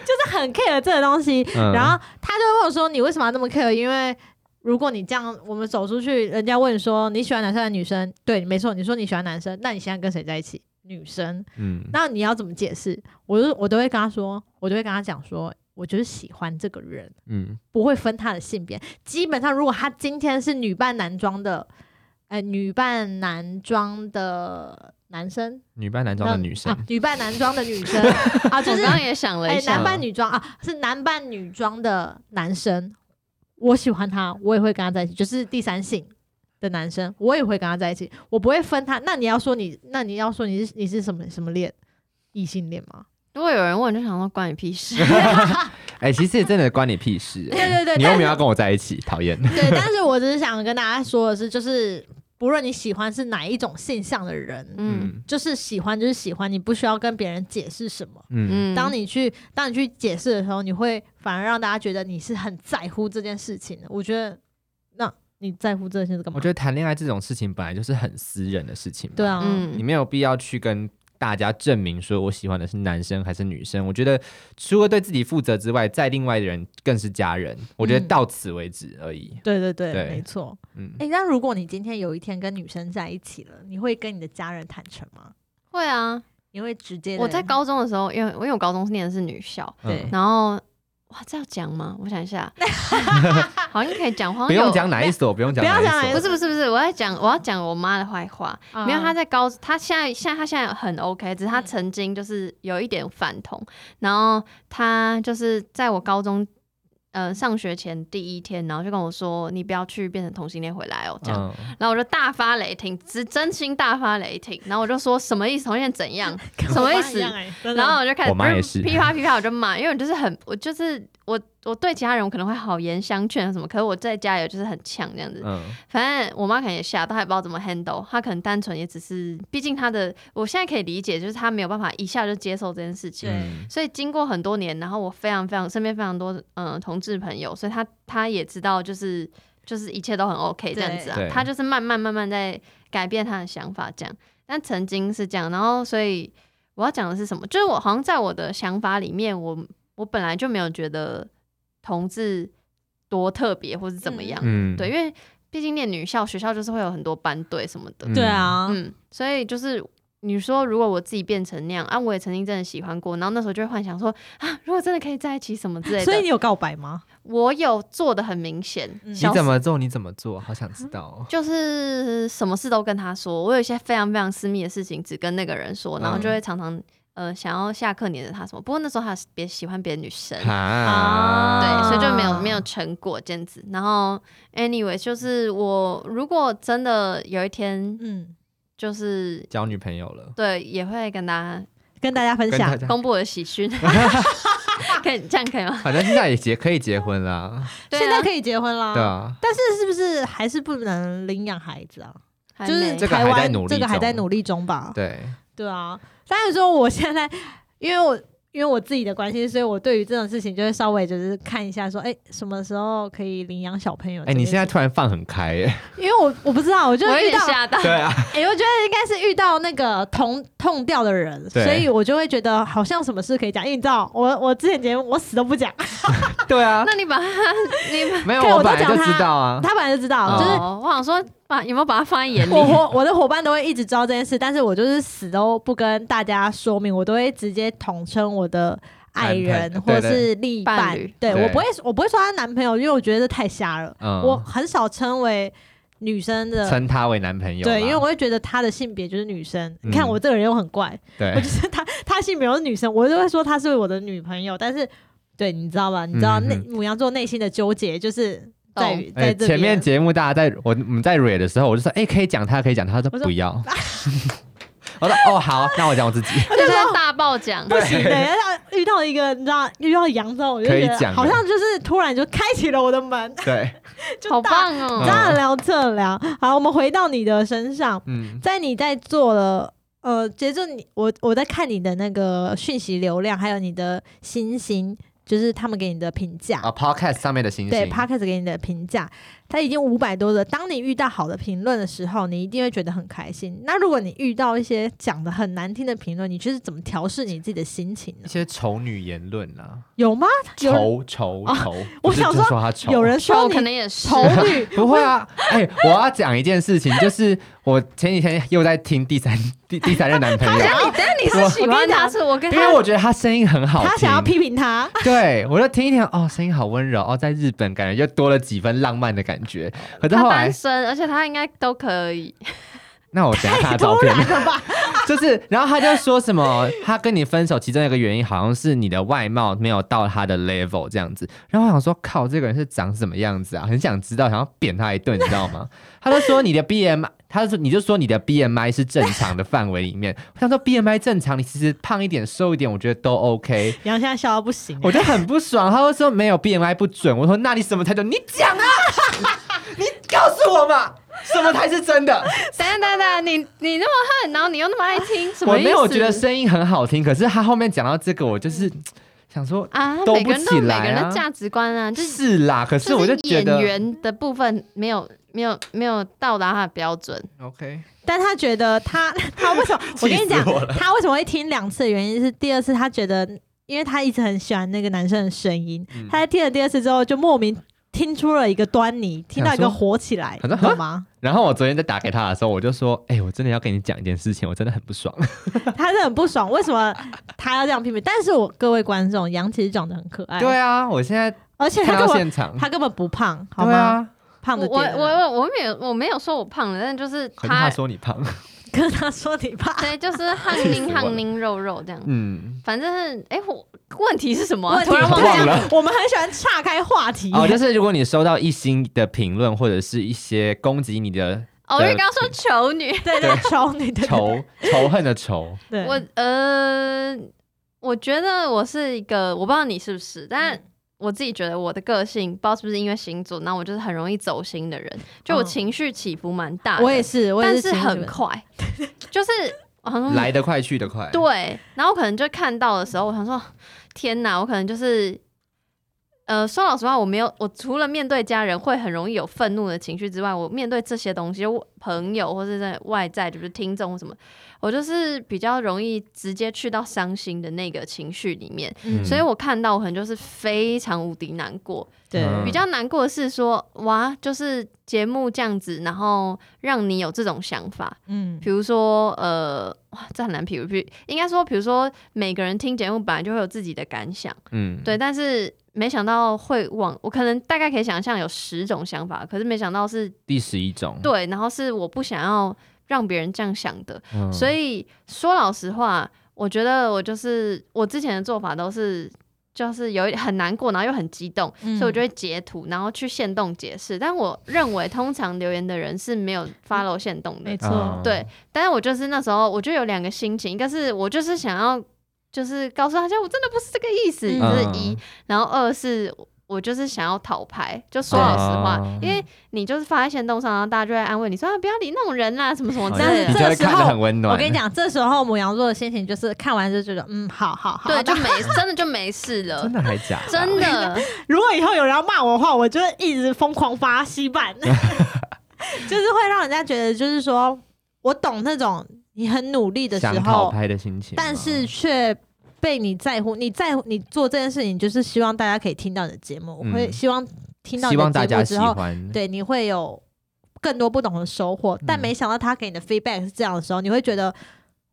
[SPEAKER 1] 就是很 care 这个东西。
[SPEAKER 3] 嗯
[SPEAKER 1] 然后他就会问我说：“你为什么要那么 care？” 因为如果你这样，我们走出去，人家问你说你喜欢男生还是女生？对，没错，你说你喜欢男生，那你现在跟谁在一起？女生，
[SPEAKER 3] 嗯，
[SPEAKER 1] 那你要怎么解释？我就我都会跟他说，我都会跟他讲说，我就是喜欢这个人，
[SPEAKER 3] 嗯，
[SPEAKER 1] 不会分他的性别。基本上，如果他今天是女扮男装的，呃，女扮男装的男生，
[SPEAKER 3] 女扮男装的女生
[SPEAKER 1] 啊，女扮男装的女
[SPEAKER 3] [LAUGHS]
[SPEAKER 1] 生啊，就
[SPEAKER 2] 我
[SPEAKER 1] 是
[SPEAKER 2] 刚刚也想了
[SPEAKER 1] 哎、
[SPEAKER 2] 一
[SPEAKER 1] 男
[SPEAKER 2] 下，
[SPEAKER 1] 扮女装啊，是男扮女装的男生，我喜欢他，我也会跟他在一起，就是第三性的男生，我也会跟他在一起，我不会分他。那你要说你，那你要说你是你是什么什么恋？异性恋吗？
[SPEAKER 2] 如果有人问，就想说关你
[SPEAKER 1] [LAUGHS]
[SPEAKER 2] 屁事。
[SPEAKER 3] 哎、其实也真的关你屁事、哎
[SPEAKER 1] 对对对
[SPEAKER 3] 你又
[SPEAKER 1] 但
[SPEAKER 3] 没有
[SPEAKER 1] 是
[SPEAKER 3] 要跟我在一起，讨厌。
[SPEAKER 1] 对，但是我只是想跟大家说的是，就是不论你喜欢是哪一种现象的人，
[SPEAKER 2] 嗯
[SPEAKER 3] 嗯
[SPEAKER 1] 就是喜欢就是喜欢，你不需要跟别人解释什么。
[SPEAKER 3] 嗯
[SPEAKER 2] 嗯，
[SPEAKER 1] 当你去当你去解释的时候，你会反而让大家觉得你是很在乎这件事情的。我觉得，那你在乎这件事情干嘛？
[SPEAKER 3] 我觉得谈恋爱这种事情本来就是很私人的事情嘛，
[SPEAKER 1] 对
[SPEAKER 2] 嗯
[SPEAKER 1] 啊，
[SPEAKER 3] 你没有必要去跟大家证明说我喜欢的是男生还是女生。我觉得除了对自己负责之外，在另外的人更是家人。我觉得
[SPEAKER 1] 嗯
[SPEAKER 3] 到此为止而已。
[SPEAKER 1] 对对对，
[SPEAKER 3] 对
[SPEAKER 1] 没错。
[SPEAKER 3] 嗯，
[SPEAKER 1] 诶，那如果你今天有一天跟女生在一起了，你会跟你的家人坦诚吗？
[SPEAKER 2] 会啊，
[SPEAKER 1] 你会直接地
[SPEAKER 2] 我在高中的时候，因为因为我高中念的是女校，
[SPEAKER 3] 嗯
[SPEAKER 1] 对
[SPEAKER 2] 然后哇，这要讲吗？我想一
[SPEAKER 3] [LAUGHS]
[SPEAKER 2] 下，好像可以讲，好
[SPEAKER 3] 不
[SPEAKER 2] 像
[SPEAKER 3] 用
[SPEAKER 2] 有。
[SPEAKER 3] 讲哪一所，不用讲
[SPEAKER 1] 不要
[SPEAKER 3] 一
[SPEAKER 1] 讲哪一
[SPEAKER 3] 所嗯
[SPEAKER 2] 不是不是不是，我在讲我要讲我妈的坏话。
[SPEAKER 3] 哦
[SPEAKER 1] 啊
[SPEAKER 2] 没有，她在高，她现在现在她现在很 OK，只是她
[SPEAKER 1] 嗯
[SPEAKER 2] 曾经就是有一点反同。然后她就是在我高中呃上学前第一天，然后就跟我说：“你不要去变成同性恋回来哦。”这样，
[SPEAKER 3] 嗯，
[SPEAKER 2] 然后我就大发雷霆，只真心大发雷霆。然后我就说什么意思？同性恋怎样？
[SPEAKER 1] 跟我
[SPEAKER 2] 什么
[SPEAKER 1] 妈
[SPEAKER 2] 意
[SPEAKER 1] 一
[SPEAKER 2] 思
[SPEAKER 1] 样欸诶真的
[SPEAKER 2] 然后我就开始，嗯
[SPEAKER 3] 我妈也是
[SPEAKER 2] 噼啪噼啪，我就骂，因为我就是很，我就是我，我对其他人我可能会好言相劝啊什么，可是我在家里就是很呛这样子。
[SPEAKER 3] 嗯，
[SPEAKER 2] 反正我妈可能也吓到，她也不知道怎么 handle，她可能单纯也只是，毕竟她的，我现在可以理解，就是她没有办法一下就接受这件事情。
[SPEAKER 1] 对
[SPEAKER 3] 嗯
[SPEAKER 2] 所以经过很多年，然后我非常非常身边非常多嗯、呃同志朋友，所以她她也知道就是就是一切都很 OK 这样子啊
[SPEAKER 3] 对，
[SPEAKER 2] 她就是慢慢慢慢在改变她的想法这样。但曾经是这样，然后所以我要讲的是什么？就是我好像在我的想法里面，我我本来就没有觉得同志多特别或是怎么样，
[SPEAKER 3] 嗯
[SPEAKER 2] 对，因为毕竟念女校，学校就是会有很多班队什么的，
[SPEAKER 3] 嗯
[SPEAKER 1] 对啊，
[SPEAKER 2] 嗯，所以就是你说，如果我自己变成那样啊，我也曾经真的喜欢过，然后那时候就会幻想说啊，如果真的可以在一起什么之类的。
[SPEAKER 1] 所以你有告白吗？
[SPEAKER 2] 我有做的很明显，
[SPEAKER 1] 嗯
[SPEAKER 3] 你
[SPEAKER 2] 小
[SPEAKER 3] 怎么做？你怎么做？好想知道
[SPEAKER 2] [LAUGHS]
[SPEAKER 3] 哦。
[SPEAKER 2] 就是什么事都跟他说。我有一些非常非常私密的事情，只跟那个人说，然后就
[SPEAKER 1] 嗯
[SPEAKER 2] 会常常、呃想要下课黏着他什么。不过那时候还是别喜欢别的女生，
[SPEAKER 3] 啊
[SPEAKER 2] 对，
[SPEAKER 1] 啊
[SPEAKER 2] 所以就没有没有成果这样子。然后，anyway，就是我如果真的有一天，
[SPEAKER 1] 嗯，
[SPEAKER 2] 就是
[SPEAKER 3] 交女朋友了，
[SPEAKER 2] 对，也会跟大
[SPEAKER 1] 跟大家分
[SPEAKER 3] 跟大
[SPEAKER 1] 享。
[SPEAKER 2] 家
[SPEAKER 3] 家，
[SPEAKER 2] 公布我的喜 [LAUGHS] 讯，可以这样可以吗？
[SPEAKER 3] 反正现在也结可以结
[SPEAKER 1] [LAUGHS]
[SPEAKER 3] 婚啦，
[SPEAKER 2] 对啊
[SPEAKER 1] 现在可以结婚啦，
[SPEAKER 3] 对啊，
[SPEAKER 1] 但是是不是还是不能领养孩子啊？
[SPEAKER 2] 还
[SPEAKER 1] 就是
[SPEAKER 2] 没
[SPEAKER 3] 这个
[SPEAKER 1] 台
[SPEAKER 3] 还在
[SPEAKER 1] 湾
[SPEAKER 3] 努力
[SPEAKER 1] 这个还在
[SPEAKER 3] 中
[SPEAKER 1] 努力中吧？
[SPEAKER 3] 对，
[SPEAKER 1] 对啊，但是说我现在， [LAUGHS] 因为我因为我自己的关系，所以我对于这种事情就会稍微就是看一下说，哎，什么时候可以领养小朋友？
[SPEAKER 3] 哎，你现在，突然放很
[SPEAKER 1] [LAUGHS]
[SPEAKER 3] 开，哎，
[SPEAKER 1] 因为我我不知道，我就
[SPEAKER 2] 我有
[SPEAKER 1] 遇
[SPEAKER 2] 点
[SPEAKER 1] 到，
[SPEAKER 2] 吓到，
[SPEAKER 3] 对啊，
[SPEAKER 1] 哎，我觉得应该是遇到那个同痛调的人，
[SPEAKER 3] 对
[SPEAKER 1] 所以我就会觉得好像什么事可以讲，因为你知道，我我之前节目我死都不讲，
[SPEAKER 3] 对啊，
[SPEAKER 2] 那你把它，你把
[SPEAKER 3] 没有，
[SPEAKER 1] 看我
[SPEAKER 3] 我
[SPEAKER 1] 都
[SPEAKER 3] 本来就
[SPEAKER 1] 讲他
[SPEAKER 3] 知道啊，
[SPEAKER 1] 他本来就知道，
[SPEAKER 3] 哦
[SPEAKER 1] 就是
[SPEAKER 2] 哦，我想说把有没有把它放在眼里？
[SPEAKER 1] 我伙我的伙伴都会一直知道这件事，但是我就是死都不跟大家说明，我都会直接统称我的爱
[SPEAKER 3] 男
[SPEAKER 1] 人
[SPEAKER 3] 朋
[SPEAKER 1] 或
[SPEAKER 3] 对
[SPEAKER 1] 是另一
[SPEAKER 2] 伴
[SPEAKER 1] 半
[SPEAKER 2] 侣。
[SPEAKER 1] 对
[SPEAKER 3] 对
[SPEAKER 1] 我不会，我不会说她男朋友，因为我觉得这太瞎了。
[SPEAKER 3] 嗯
[SPEAKER 1] 我很少称为女生的。
[SPEAKER 3] 称他为男朋友啦，
[SPEAKER 1] 对，因为我会觉得她的性别就是女生。你看
[SPEAKER 3] 嗯哎
[SPEAKER 1] 我这个人又很怪， [LAUGHS] 我
[SPEAKER 3] 对
[SPEAKER 1] 就，是她，她性别又是女生，我就会说她是我的女朋友。但是，对，你知道吧？你知道
[SPEAKER 3] 嗯
[SPEAKER 1] 内
[SPEAKER 3] 嗯
[SPEAKER 1] 母羊座内心的纠结就是在
[SPEAKER 2] 哦
[SPEAKER 1] 于
[SPEAKER 3] 哎
[SPEAKER 1] 在这
[SPEAKER 3] 前
[SPEAKER 1] 边
[SPEAKER 3] 面
[SPEAKER 1] 啊
[SPEAKER 3] 节目大家在我我们在蕊的时候，我就说，哎，可以讲他，可以讲他，他说
[SPEAKER 1] 我说
[SPEAKER 3] 不要，
[SPEAKER 1] [LAUGHS]
[SPEAKER 3] 我说哦好，那我讲我自己，
[SPEAKER 2] 就算大爆奖，
[SPEAKER 1] 不
[SPEAKER 3] [LAUGHS]
[SPEAKER 1] 行的，欸要遇到一个你知道，遇到羊之后，我就
[SPEAKER 3] 可以
[SPEAKER 1] 觉得
[SPEAKER 3] 讲的
[SPEAKER 1] 好像就是突然就开启了我的门， [LAUGHS]
[SPEAKER 3] 对，
[SPEAKER 1] 就
[SPEAKER 2] 好
[SPEAKER 1] 大
[SPEAKER 2] 棒
[SPEAKER 3] 嗯
[SPEAKER 2] 哦！
[SPEAKER 1] 大聊特聊。好，我们回到你的身上，
[SPEAKER 3] 嗯，
[SPEAKER 1] 在你在做了。呃，接着你我我在看你的那个讯息流量，还有你的星星，就是他们给你的评价，
[SPEAKER 3] 啊，Podcast 上面的星星，
[SPEAKER 1] 对 p o c k e t 给你的评价，它已经五百多了。当你遇到好的评论的时候，你一定会觉得很开心。那如果你遇到一些讲的很难听的评论，你就是怎么调试你自己的心情
[SPEAKER 3] 一
[SPEAKER 1] 呢？
[SPEAKER 3] 些丑女言论啊啦，
[SPEAKER 1] 有吗？有哦
[SPEAKER 3] 丑丑丑，
[SPEAKER 1] 我
[SPEAKER 3] 不是
[SPEAKER 1] 想
[SPEAKER 3] 就
[SPEAKER 1] 说
[SPEAKER 3] 说他丑，
[SPEAKER 1] 有人
[SPEAKER 2] 丑
[SPEAKER 1] 说
[SPEAKER 2] 可
[SPEAKER 1] 你
[SPEAKER 3] [LAUGHS]
[SPEAKER 2] 能也是
[SPEAKER 1] 丑女
[SPEAKER 3] 不会啊，哎，我要讲一件事情，就是我前几天又在听第三第第三任男朋
[SPEAKER 2] 他
[SPEAKER 3] 友，
[SPEAKER 2] 想你，但你是
[SPEAKER 3] 我
[SPEAKER 2] 喜欢他，是我跟
[SPEAKER 3] 因
[SPEAKER 2] 他
[SPEAKER 3] 为我觉得他声音很好听，
[SPEAKER 1] 他想要批评他，
[SPEAKER 3] 对我就听一听，哦，声音好温柔哦，在日本感觉又多了几分浪漫的感觉。可是
[SPEAKER 2] 他
[SPEAKER 3] 后来
[SPEAKER 2] 单，身，而且他应该都可以。
[SPEAKER 3] 那我等一下看他照
[SPEAKER 1] 突
[SPEAKER 3] 片
[SPEAKER 1] 然，了吧？
[SPEAKER 3] [LAUGHS] 就是，然后他就说什么，他跟你分手其中一个原因好像是你的外貌没有到他的 level 这样子。然后我想说，靠，这个人是长什么样子啊？很想知道，想要扁他一顿，你知道吗？ [LAUGHS] 他就说你的 BMI，他就说你就说你的 BMI 是正常的范围里面。我想说 BMI 正常，你其实胖一点、瘦一点，我觉得都 OK。
[SPEAKER 1] 杨现在笑到不行，欸
[SPEAKER 3] 我就很不爽，他就说没有 BMI 不准。我说那你什么才准？你讲啊， [LAUGHS] 你告诉我嘛，什么才是真的？
[SPEAKER 2] 等一下等一下等一下，你你那么恨，然后你又那么爱听，什么
[SPEAKER 3] 我
[SPEAKER 2] 意思？
[SPEAKER 3] 没有觉得声音很好听，可是他后面讲到这个，我就是
[SPEAKER 2] 嗯
[SPEAKER 3] 想说，
[SPEAKER 2] 啊，
[SPEAKER 3] 兜
[SPEAKER 2] 每
[SPEAKER 3] 不
[SPEAKER 2] 个人都有
[SPEAKER 3] 起
[SPEAKER 2] 每
[SPEAKER 3] 来
[SPEAKER 2] 个人
[SPEAKER 3] 啊
[SPEAKER 2] 的价值观啊，就是
[SPEAKER 3] 是啦，可是我就觉
[SPEAKER 2] 演
[SPEAKER 3] 得
[SPEAKER 2] 员的部分没有没有没有到达他的标准，
[SPEAKER 3] OK，
[SPEAKER 1] 但他觉得
[SPEAKER 3] [LAUGHS]
[SPEAKER 1] 他他为什么？我跟你讲
[SPEAKER 3] 气死我，
[SPEAKER 1] 他为什么会听两次？的原因是第二次他觉得，因为他一直很喜欢那个男生的声音，
[SPEAKER 3] 嗯
[SPEAKER 1] 他在听了第二次之后，就莫名听出了一个端倪，听到一个
[SPEAKER 3] 想说啊
[SPEAKER 1] 火起来，
[SPEAKER 3] 想
[SPEAKER 1] 你
[SPEAKER 3] 说
[SPEAKER 1] 懂吗？
[SPEAKER 3] 然后我昨天在打给他的时候，我就说，哎、我真的要跟你讲一件事情，我真的很
[SPEAKER 2] [LAUGHS]
[SPEAKER 3] 不爽。
[SPEAKER 1] 他是很不爽，为什么他要这样批评？但是我各位观众，杨其实长得很
[SPEAKER 2] 哎
[SPEAKER 1] 可爱，
[SPEAKER 3] 对，啊，我现在
[SPEAKER 1] 而且
[SPEAKER 3] 看
[SPEAKER 1] 他
[SPEAKER 3] 到
[SPEAKER 1] 根本
[SPEAKER 3] 现场，
[SPEAKER 1] 他根本不胖，好
[SPEAKER 3] 对
[SPEAKER 1] 吗？
[SPEAKER 3] 啊，
[SPEAKER 1] 胖
[SPEAKER 2] 我
[SPEAKER 1] 的
[SPEAKER 2] 我
[SPEAKER 1] 点啊
[SPEAKER 2] 我我我没有我没有说我胖了，但就是
[SPEAKER 3] 可是他
[SPEAKER 2] 他，
[SPEAKER 3] 说你胖，
[SPEAKER 1] 跟他说你胖。
[SPEAKER 2] 对，
[SPEAKER 3] [LAUGHS]
[SPEAKER 2] 就是汗
[SPEAKER 3] 气死
[SPEAKER 2] 凝
[SPEAKER 3] 我
[SPEAKER 2] 汗
[SPEAKER 3] 了
[SPEAKER 2] 凝肉肉这样。 [LAUGHS]
[SPEAKER 3] 嗯，
[SPEAKER 2] 反正是哎，我问题是什么啊、
[SPEAKER 1] 问题
[SPEAKER 2] 突然
[SPEAKER 1] 我
[SPEAKER 2] 忘
[SPEAKER 1] 们
[SPEAKER 2] 记
[SPEAKER 1] 很
[SPEAKER 3] 忘了
[SPEAKER 1] 我们很喜欢岔开话题。
[SPEAKER 3] 哦，就是如果你收到一星的评论或者是一些攻击你的
[SPEAKER 2] 哦，我就刚刚说丑女，
[SPEAKER 1] [LAUGHS] 对对，丑你
[SPEAKER 3] [LAUGHS]
[SPEAKER 1] 对对对
[SPEAKER 2] [LAUGHS]
[SPEAKER 3] 仇仇恨的仇，
[SPEAKER 1] 对，
[SPEAKER 2] 我呃，我觉得我是一个，我不知道你是不是，但
[SPEAKER 1] 嗯
[SPEAKER 2] 我自己觉得我的个性，不知道是不是因为星座，那我就是很容易走心的人，就我
[SPEAKER 1] 嗯
[SPEAKER 2] 情绪起伏蛮大的，
[SPEAKER 1] 我也是，我也
[SPEAKER 2] 但
[SPEAKER 1] 是
[SPEAKER 2] 是
[SPEAKER 1] 情侣
[SPEAKER 2] 很快，就是我好像
[SPEAKER 3] 来得快去得快，
[SPEAKER 2] 嗯对，然后我可能就看到的时候，我想说，天哪，我可能就是。呃，说老实话，我没有，我除了面对家人会很容易有愤怒的情绪之外，我面对这些东西，就我朋友或是在外在，就是听众或什么，我就是比较容易直接去到伤心的那个情绪里面，
[SPEAKER 1] 嗯
[SPEAKER 2] 所以我看到我可能就是非常无敌难过，
[SPEAKER 1] 对，
[SPEAKER 3] 嗯
[SPEAKER 2] 比较难过的是说，哇，就是节目这样子，然后让你有这种想法。
[SPEAKER 1] 嗯
[SPEAKER 2] 比如说，呃，哇，这很难比喻，比应该说，比如说每个人听节目本来就会有自己的感想，
[SPEAKER 3] 嗯，
[SPEAKER 2] 对，但是没想到会往，我可能大概可以想象有十种想法，可是没想到是
[SPEAKER 3] 第十一种，
[SPEAKER 2] 对，然后是我不想要让别人这样想的，
[SPEAKER 3] 嗯
[SPEAKER 2] 所以说老实话，我觉得我就是我之前的做法都是。就是有一很难过，然后又很激动，
[SPEAKER 1] 嗯
[SPEAKER 2] 所以我就会截图，然后去限动解释。但我认为，通常留言的人是没有 follow 限动的
[SPEAKER 1] 没，错，
[SPEAKER 3] 嗯
[SPEAKER 2] 对。但是我就是那时候，我就有两个心情，一个是我就是想要，就是告诉大家我真的不是这个意思，
[SPEAKER 1] 嗯
[SPEAKER 2] 这是一；然后二是我就是想要讨牌，就说老实话，
[SPEAKER 3] 哦
[SPEAKER 2] 因为你就是发在限动上，然后大家就会安慰你说啊，不要理那种人啦，什么什么之
[SPEAKER 1] 哦但是
[SPEAKER 2] 类
[SPEAKER 3] 你
[SPEAKER 2] 的。
[SPEAKER 3] 就会看得很温暖。
[SPEAKER 1] 我跟你，讲，这时候母羊座的心情就是看完就觉得，嗯，好好好。
[SPEAKER 2] 对，就没真的就没事了
[SPEAKER 3] [LAUGHS] 真，的还假？
[SPEAKER 2] 真。的。
[SPEAKER 1] [LAUGHS] 如果以后有人要骂我的话，我就会一直疯狂发稀
[SPEAKER 3] [LAUGHS]
[SPEAKER 1] 版，就是会让人家觉得，就是说我懂那种你很努力的时
[SPEAKER 3] 想讨
[SPEAKER 1] 候，
[SPEAKER 3] 拍的心情吗，
[SPEAKER 1] 但是却被你在乎，你在乎你做这件事情，就是希望大家可以听到你的节目，我会
[SPEAKER 3] 嗯
[SPEAKER 1] 希望听到
[SPEAKER 3] 希
[SPEAKER 1] 你
[SPEAKER 3] 望
[SPEAKER 1] 的
[SPEAKER 3] 大
[SPEAKER 1] 节目
[SPEAKER 3] 家喜
[SPEAKER 1] 之后，
[SPEAKER 3] 欢。
[SPEAKER 1] 对，你会有更多不同的收获。但
[SPEAKER 3] 嗯
[SPEAKER 1] 没想到他给你的 feedback 是这样的时候，你会觉得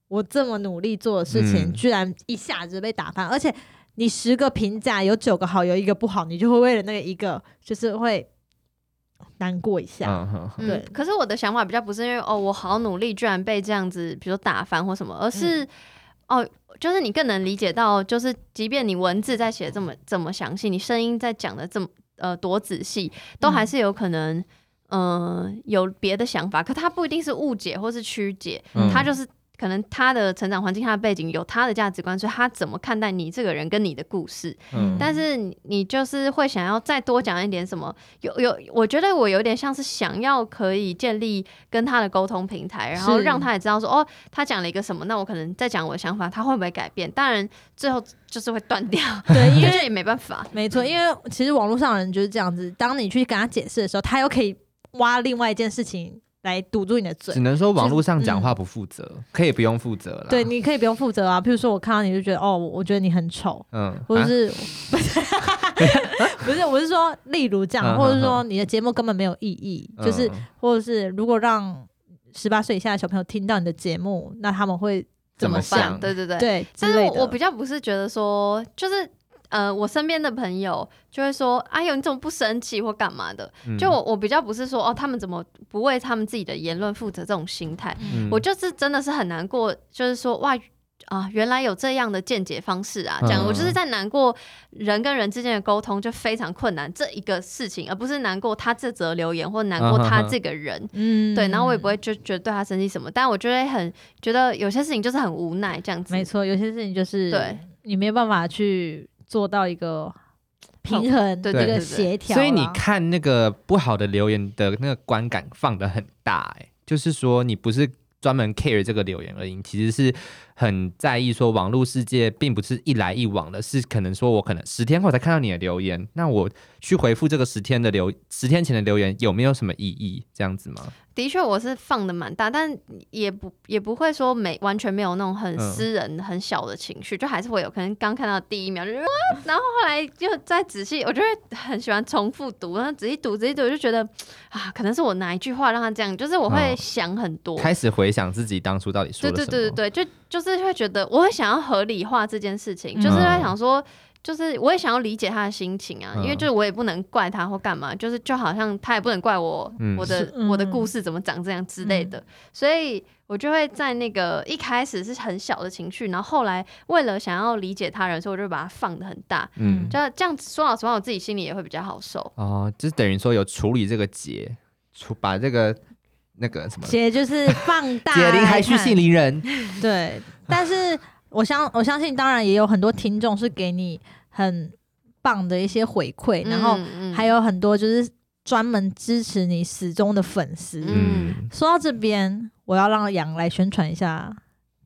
[SPEAKER 1] 我这么努力做的事情，
[SPEAKER 3] 嗯
[SPEAKER 1] 居然一下子被打翻，而且你十个评价有九个好，有一个不好，你就会为了那个一个，就是会难过一下。
[SPEAKER 3] 嗯哼哼
[SPEAKER 1] 对
[SPEAKER 2] 嗯，可是我的想法比较不是因为哦，我好努力，居然被这样子，比如说打翻或什么，而是、哦，就是你更能理解到，就是即便你文字在写得这么这么详细，你声音在讲的这么呃多仔细，都还是有可能。嗯、有别的想法，可他不一定是误解或是曲解，
[SPEAKER 3] 嗯
[SPEAKER 2] 他就是可能他的成长环境、他的背景有他的价值观，所以他怎么看待你这个人跟你的故事，
[SPEAKER 3] 嗯
[SPEAKER 2] 但是你你就是会想要再多讲一点什么，有有，我觉得我有点像是想要可以建立跟他的沟通平台，然后
[SPEAKER 1] 是
[SPEAKER 2] 让他也知道说，哦，他讲了一个什么，那我可能再讲我的想法，他会不会改变？当然最后就是会断掉，
[SPEAKER 1] 对，因
[SPEAKER 2] 因为
[SPEAKER 1] 为
[SPEAKER 2] [LAUGHS] 这也没办法。
[SPEAKER 1] 没错，因为其实网络上的人就是这样子，当你去跟他解释的时候，他又可以挖另外一件事情来堵住你的嘴
[SPEAKER 3] 只。能说网络上讲话不负责，可以不用负责了。
[SPEAKER 1] 嗯对，，你可以不用负责啊。譬如说，我看到你就觉得哦，我觉得你很丑，
[SPEAKER 3] 嗯，
[SPEAKER 1] 或者
[SPEAKER 3] 啊
[SPEAKER 1] 是、不是不是，我是说，例如这样，
[SPEAKER 3] 嗯
[SPEAKER 1] 或者
[SPEAKER 3] 嗯
[SPEAKER 1] 说你的节目根本没有意义，
[SPEAKER 3] 嗯
[SPEAKER 1] 就是或者是如果让十八岁以下的小朋友听到你的节目，那他们会
[SPEAKER 3] 怎么
[SPEAKER 2] 办？
[SPEAKER 3] 想？
[SPEAKER 2] 对对对。
[SPEAKER 1] 对之
[SPEAKER 2] 但是
[SPEAKER 1] 类
[SPEAKER 2] 我
[SPEAKER 1] 的
[SPEAKER 2] 我比较不是觉得说，就是呃，我身边的朋友就会说，哎呦，你怎么不生气或干嘛的？
[SPEAKER 3] 嗯
[SPEAKER 2] 就我我比较不是说哦，他们怎么不为他们自己的言论负责这种心态，
[SPEAKER 3] 嗯
[SPEAKER 2] 我就是真的是很难过，就是说哇。啊，原来有这样的见解方式啊！这样，
[SPEAKER 3] 嗯
[SPEAKER 2] 我就是在难过人跟人之间的沟通就非常困难这一个事情，而不是难过他这则留言或难过他这个人。
[SPEAKER 1] 嗯
[SPEAKER 2] 对，然后我也不会就觉得对他生气什么，但我就会很觉得有些事情就是很无奈这样子。
[SPEAKER 1] 没错，有些事情就是
[SPEAKER 2] 对
[SPEAKER 1] 你没有办法去做到一个平衡，
[SPEAKER 2] 哦对
[SPEAKER 1] 一
[SPEAKER 2] 对
[SPEAKER 1] 个
[SPEAKER 2] 对对
[SPEAKER 1] 协调啦。
[SPEAKER 3] 所以你看那个不好的留言的那个观感放的很大、欸，就是说你不是专门 care 这个留言而已，你其实是很在意说网络世界并不是一来一往的，是可能说我可能十天后才看到你的留言，那我去回复这个十天的留十天前的留言有没有什么意义？这样子吗？
[SPEAKER 2] 的确，我是放的蛮大，但也不也不会说没完全没有那种很
[SPEAKER 3] 嗯
[SPEAKER 2] 私人、很小的情绪，就还是会有。可能刚看到第一秒就觉得，哇然后后来就再仔细，我就会很喜欢重复读，然后仔细读、仔细读，就觉得啊，可能是我哪一句话让他这样，就是我会
[SPEAKER 3] 哦
[SPEAKER 2] 想很多。
[SPEAKER 3] 开始回想自己当初到底说
[SPEAKER 2] 对
[SPEAKER 3] 了
[SPEAKER 2] 对
[SPEAKER 3] 什么？
[SPEAKER 2] 对对对，就就是会觉得我会想要合理化这件事情，就是会
[SPEAKER 3] 嗯
[SPEAKER 2] 想说，就是我也想要理解他的心情啊，因为
[SPEAKER 3] 嗯
[SPEAKER 2] 就是我也不能怪他或干嘛，就是就好像他也不能怪我，
[SPEAKER 3] 嗯
[SPEAKER 2] 我的
[SPEAKER 1] 是嗯
[SPEAKER 2] 我的故事怎么长这样之类的，所以我就会在那个一开始是很小的情绪，然后后来为了想要理解他人，所以我就把它放的很大，
[SPEAKER 3] 嗯
[SPEAKER 1] 嗯，
[SPEAKER 2] 就这样子说老实话，我自己心里也会比较好受。
[SPEAKER 3] 哦，就是等于说有处理这个结，处把这个那个什么
[SPEAKER 1] 解就是放大
[SPEAKER 3] 解铃还
[SPEAKER 1] 来
[SPEAKER 3] 须
[SPEAKER 1] 看
[SPEAKER 3] 系铃人， [LAUGHS]
[SPEAKER 1] 对，但是我相我相信，当然也有很多听众是给你很棒的一些回馈，然后
[SPEAKER 2] 嗯
[SPEAKER 1] 还有很多就是专门支持你始终的粉丝。
[SPEAKER 2] 嗯
[SPEAKER 3] 嗯，
[SPEAKER 1] 说到这边，我要让杨来宣传一下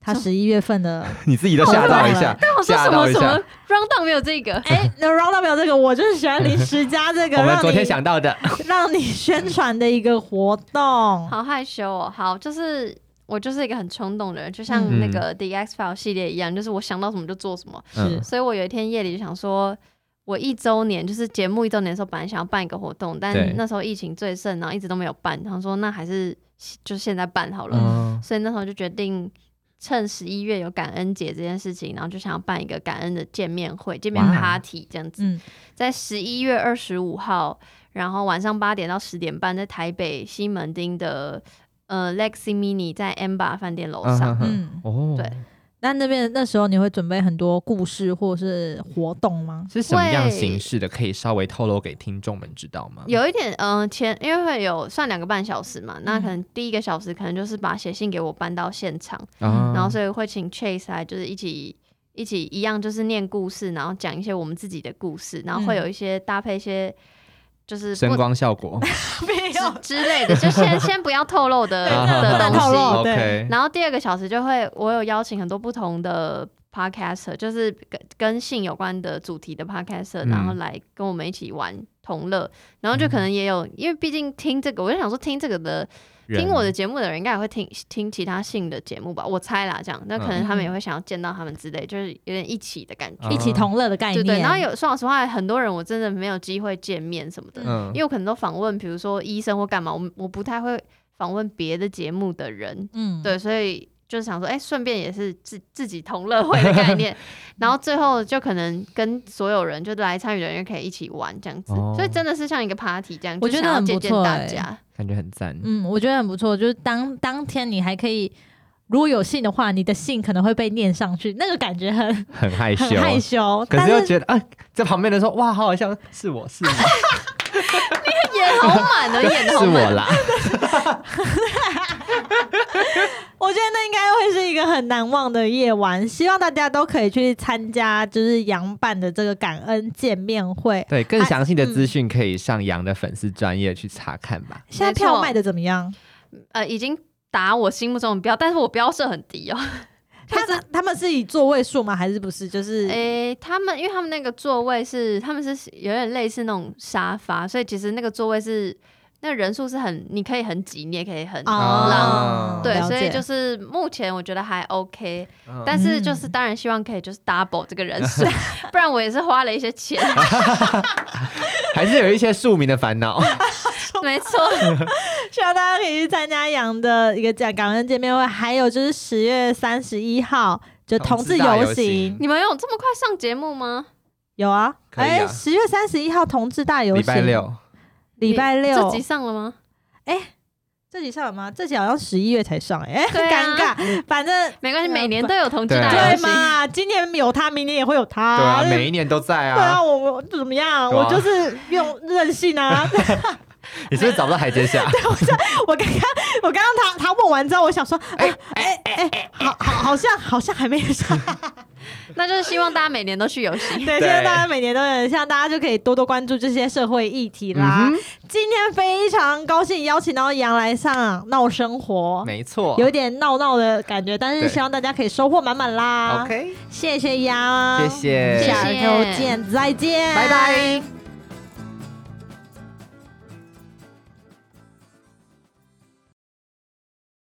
[SPEAKER 1] 他
[SPEAKER 2] 什么
[SPEAKER 1] 十一月份
[SPEAKER 3] [LAUGHS]
[SPEAKER 1] 的。
[SPEAKER 3] 你自己都吓到一下，
[SPEAKER 2] 但我说
[SPEAKER 3] 吓
[SPEAKER 2] 什
[SPEAKER 3] 到
[SPEAKER 2] 么
[SPEAKER 3] 一
[SPEAKER 2] 什
[SPEAKER 3] 下
[SPEAKER 2] 么。round down 没有这个，
[SPEAKER 1] 哎，那 Round Up 有这个，我就是喜欢临时加这个，
[SPEAKER 3] [LAUGHS] 我们
[SPEAKER 1] 让
[SPEAKER 3] 昨天
[SPEAKER 1] 你
[SPEAKER 3] 想到的，
[SPEAKER 1] 让你宣传的一个活动。
[SPEAKER 2] 好害羞哦。好，就是我就是一个很冲动的人，就像
[SPEAKER 1] 嗯
[SPEAKER 2] 那个 The X File 系列一样，就是我想到什么就做什么。
[SPEAKER 1] 是
[SPEAKER 2] 所以我有一天夜里就想说，我一周年就是节目一周年的时候，本来想要办一个活动，但
[SPEAKER 3] 对
[SPEAKER 2] 那时候疫情最盛，然后一直都没有办。然后说那还是就现在办好了。
[SPEAKER 3] 嗯，
[SPEAKER 2] 所以那时候就决定。趁十一月有感恩节这件事情，然后就想要办一个感恩的见面会、见面
[SPEAKER 3] 哇哦
[SPEAKER 2] party 这样子。
[SPEAKER 1] 嗯，
[SPEAKER 2] 在十一月二十五号，然后晚上八点到十点半，在台北西门町的呃 Lexi Mini 在 M b a 饭店楼上。
[SPEAKER 1] 嗯
[SPEAKER 3] 哦，
[SPEAKER 2] 对，
[SPEAKER 1] 那那边那时候你会准备很多故事或是活动
[SPEAKER 2] [LAUGHS]
[SPEAKER 1] 吗？
[SPEAKER 3] 是什么样形式的？可以稍微透露给听众们知道吗？
[SPEAKER 2] 有一点，嗯、前因为会有算两个半小时嘛，那
[SPEAKER 3] 嗯
[SPEAKER 2] 可能第一个小时可能就是把写信给我搬到现场，
[SPEAKER 3] 啊，
[SPEAKER 2] 然后所以会请 Chase 来，就是一起一起一样，就是念故事，然后讲一些我们自己的故事，然后会有一些搭配一些就是不
[SPEAKER 3] 嗯声光效果
[SPEAKER 1] 没
[SPEAKER 2] 之之类的，就先先不要透露
[SPEAKER 1] [LAUGHS]
[SPEAKER 2] 的的
[SPEAKER 1] 不能
[SPEAKER 3] [LAUGHS]
[SPEAKER 2] 东
[SPEAKER 1] 透
[SPEAKER 2] 西，
[SPEAKER 1] 露对
[SPEAKER 3] 啊，OK，
[SPEAKER 2] 然后第二个小时就会，我有邀请很多不同的 podcaster，就是跟跟性有关的主题的 podcaster，、
[SPEAKER 3] 嗯
[SPEAKER 2] 然后来跟我们一起玩同乐。然后就可能也有，因为毕竟听这个，我就想说听这个的，听我的节目的人应该也会听听其他性的节目吧，我猜啦，这样。那可
[SPEAKER 3] 嗯
[SPEAKER 2] 能他们也会想要见到他们之类，就是有点一起的感觉。
[SPEAKER 3] 啊
[SPEAKER 1] 一起同乐的概
[SPEAKER 2] 对
[SPEAKER 1] 念。
[SPEAKER 2] 对，然后有说老实话，很多人我真的没有机会见面什么的，
[SPEAKER 3] 嗯
[SPEAKER 2] 因为我可能都访问，比如说医生或干嘛，我我不太会访问别的节目的人，
[SPEAKER 1] 嗯，
[SPEAKER 2] 对，所以就是想说，哎、顺便也是自自己同乐会的概念，然后最后就可能跟所有人，就来参与的人可以一起玩这样子，
[SPEAKER 3] 哦
[SPEAKER 2] 所以真的是像一个 party 这样，
[SPEAKER 1] 我
[SPEAKER 2] 就
[SPEAKER 1] 觉得
[SPEAKER 2] 想要
[SPEAKER 1] 很不
[SPEAKER 2] 见见
[SPEAKER 1] 错
[SPEAKER 2] 大
[SPEAKER 1] 哎 [LAUGHS]
[SPEAKER 2] 家。
[SPEAKER 3] 感觉很赞，
[SPEAKER 1] 嗯，我觉得很不错。就是当当天你还可以，如果有信的话，你的信可能会被念上去，那个感觉很
[SPEAKER 3] 很害羞
[SPEAKER 1] 很，害羞。
[SPEAKER 3] 可
[SPEAKER 1] 但
[SPEAKER 3] 是又
[SPEAKER 1] 是
[SPEAKER 3] 觉得啊，在旁边的人说哇，好好笑，是我是我
[SPEAKER 2] 演好满的，演得
[SPEAKER 3] 是
[SPEAKER 2] 好
[SPEAKER 3] 我
[SPEAKER 2] 满。
[SPEAKER 3] 啦，
[SPEAKER 1] 我觉得那应该会是一个很难忘的夜晚。希望大家都可以去参加，就是杨办的这个感恩见面会。
[SPEAKER 3] [LAUGHS] 对，更
[SPEAKER 1] 啊
[SPEAKER 3] 详细的
[SPEAKER 1] 嗯
[SPEAKER 3] 资讯可以上杨的粉丝专业去查看吧。
[SPEAKER 1] 现在
[SPEAKER 2] 没错
[SPEAKER 1] 票卖的怎么样？
[SPEAKER 2] 呃，已经打我心目中的标，但是我标设很低哦。
[SPEAKER 1] 他他们是以座位数吗？还是不是？就是
[SPEAKER 2] [LAUGHS] 诶、他们因为他们那个座位是，他们是有点类似那种沙发，所以其实那个座位是，那个人数是很，你可以很挤，你也可以很。
[SPEAKER 3] 啊
[SPEAKER 1] 哦，
[SPEAKER 2] 对，
[SPEAKER 1] 了
[SPEAKER 2] 所以
[SPEAKER 1] 解 [LAUGHS]
[SPEAKER 2] 就是目前我觉得还 OK，
[SPEAKER 3] 嗯
[SPEAKER 2] 但是就是当然希望可以就是 double 这个人数， [LAUGHS] 不然我也是花了一
[SPEAKER 1] [LAUGHS]
[SPEAKER 2] 些钱。
[SPEAKER 1] [LAUGHS]
[SPEAKER 3] 还是有一些庶民的烦恼，
[SPEAKER 2] 没错， [LAUGHS]
[SPEAKER 1] 希望大家可以去参加杨的一个讲感恩见面会，还有就是十月三十一号就同志
[SPEAKER 3] 大
[SPEAKER 1] 游
[SPEAKER 3] 行
[SPEAKER 1] 行，
[SPEAKER 2] 你们有这么快上节目吗？
[SPEAKER 1] 有啊，
[SPEAKER 3] 可以啊
[SPEAKER 1] 哎、十、月三十一号同志大游行，
[SPEAKER 3] 礼拜，六，
[SPEAKER 1] 礼拜
[SPEAKER 2] 这
[SPEAKER 1] 六，
[SPEAKER 2] 集上了吗？
[SPEAKER 1] 这集上了吗？这集好像十一月才上、哎、很
[SPEAKER 2] 对啊
[SPEAKER 1] 尴尬，反正。
[SPEAKER 2] 没关系，
[SPEAKER 1] 对啊
[SPEAKER 2] 每年都有同志
[SPEAKER 3] 对啊
[SPEAKER 2] 大
[SPEAKER 1] 对
[SPEAKER 2] 游行。
[SPEAKER 1] 嘛，今年有他，明年也会有他。
[SPEAKER 3] 对啊，
[SPEAKER 1] 那
[SPEAKER 3] 每一年都在
[SPEAKER 1] 对啊，
[SPEAKER 3] 啊。
[SPEAKER 1] 我我怎么样？
[SPEAKER 3] 对啊
[SPEAKER 1] 我就是用任性啊！
[SPEAKER 3] 你是不是找不到台
[SPEAKER 1] [LAUGHS]
[SPEAKER 3] 阶下？
[SPEAKER 1] 我刚刚我刚刚他他问完之后，我想说，哎哎哎，好好好像好像还没有 [LAUGHS] 上。
[SPEAKER 2] 那就是希望大家每年都去游行。
[SPEAKER 1] 对，现
[SPEAKER 3] 对
[SPEAKER 1] 在大家每年都有，像大家就可以多多关注这些社会议题啦。
[SPEAKER 3] 嗯
[SPEAKER 1] 今天非常高兴邀请到杨来上闹生活，
[SPEAKER 3] 没错。
[SPEAKER 1] 有点闹闹的感觉，但是
[SPEAKER 3] 对
[SPEAKER 1] 希望大家可以收获满满啦。
[SPEAKER 3] OK，
[SPEAKER 1] 谢谢杨，
[SPEAKER 3] 谢谢，
[SPEAKER 2] 谢
[SPEAKER 1] 下周见，再见，
[SPEAKER 3] 拜拜。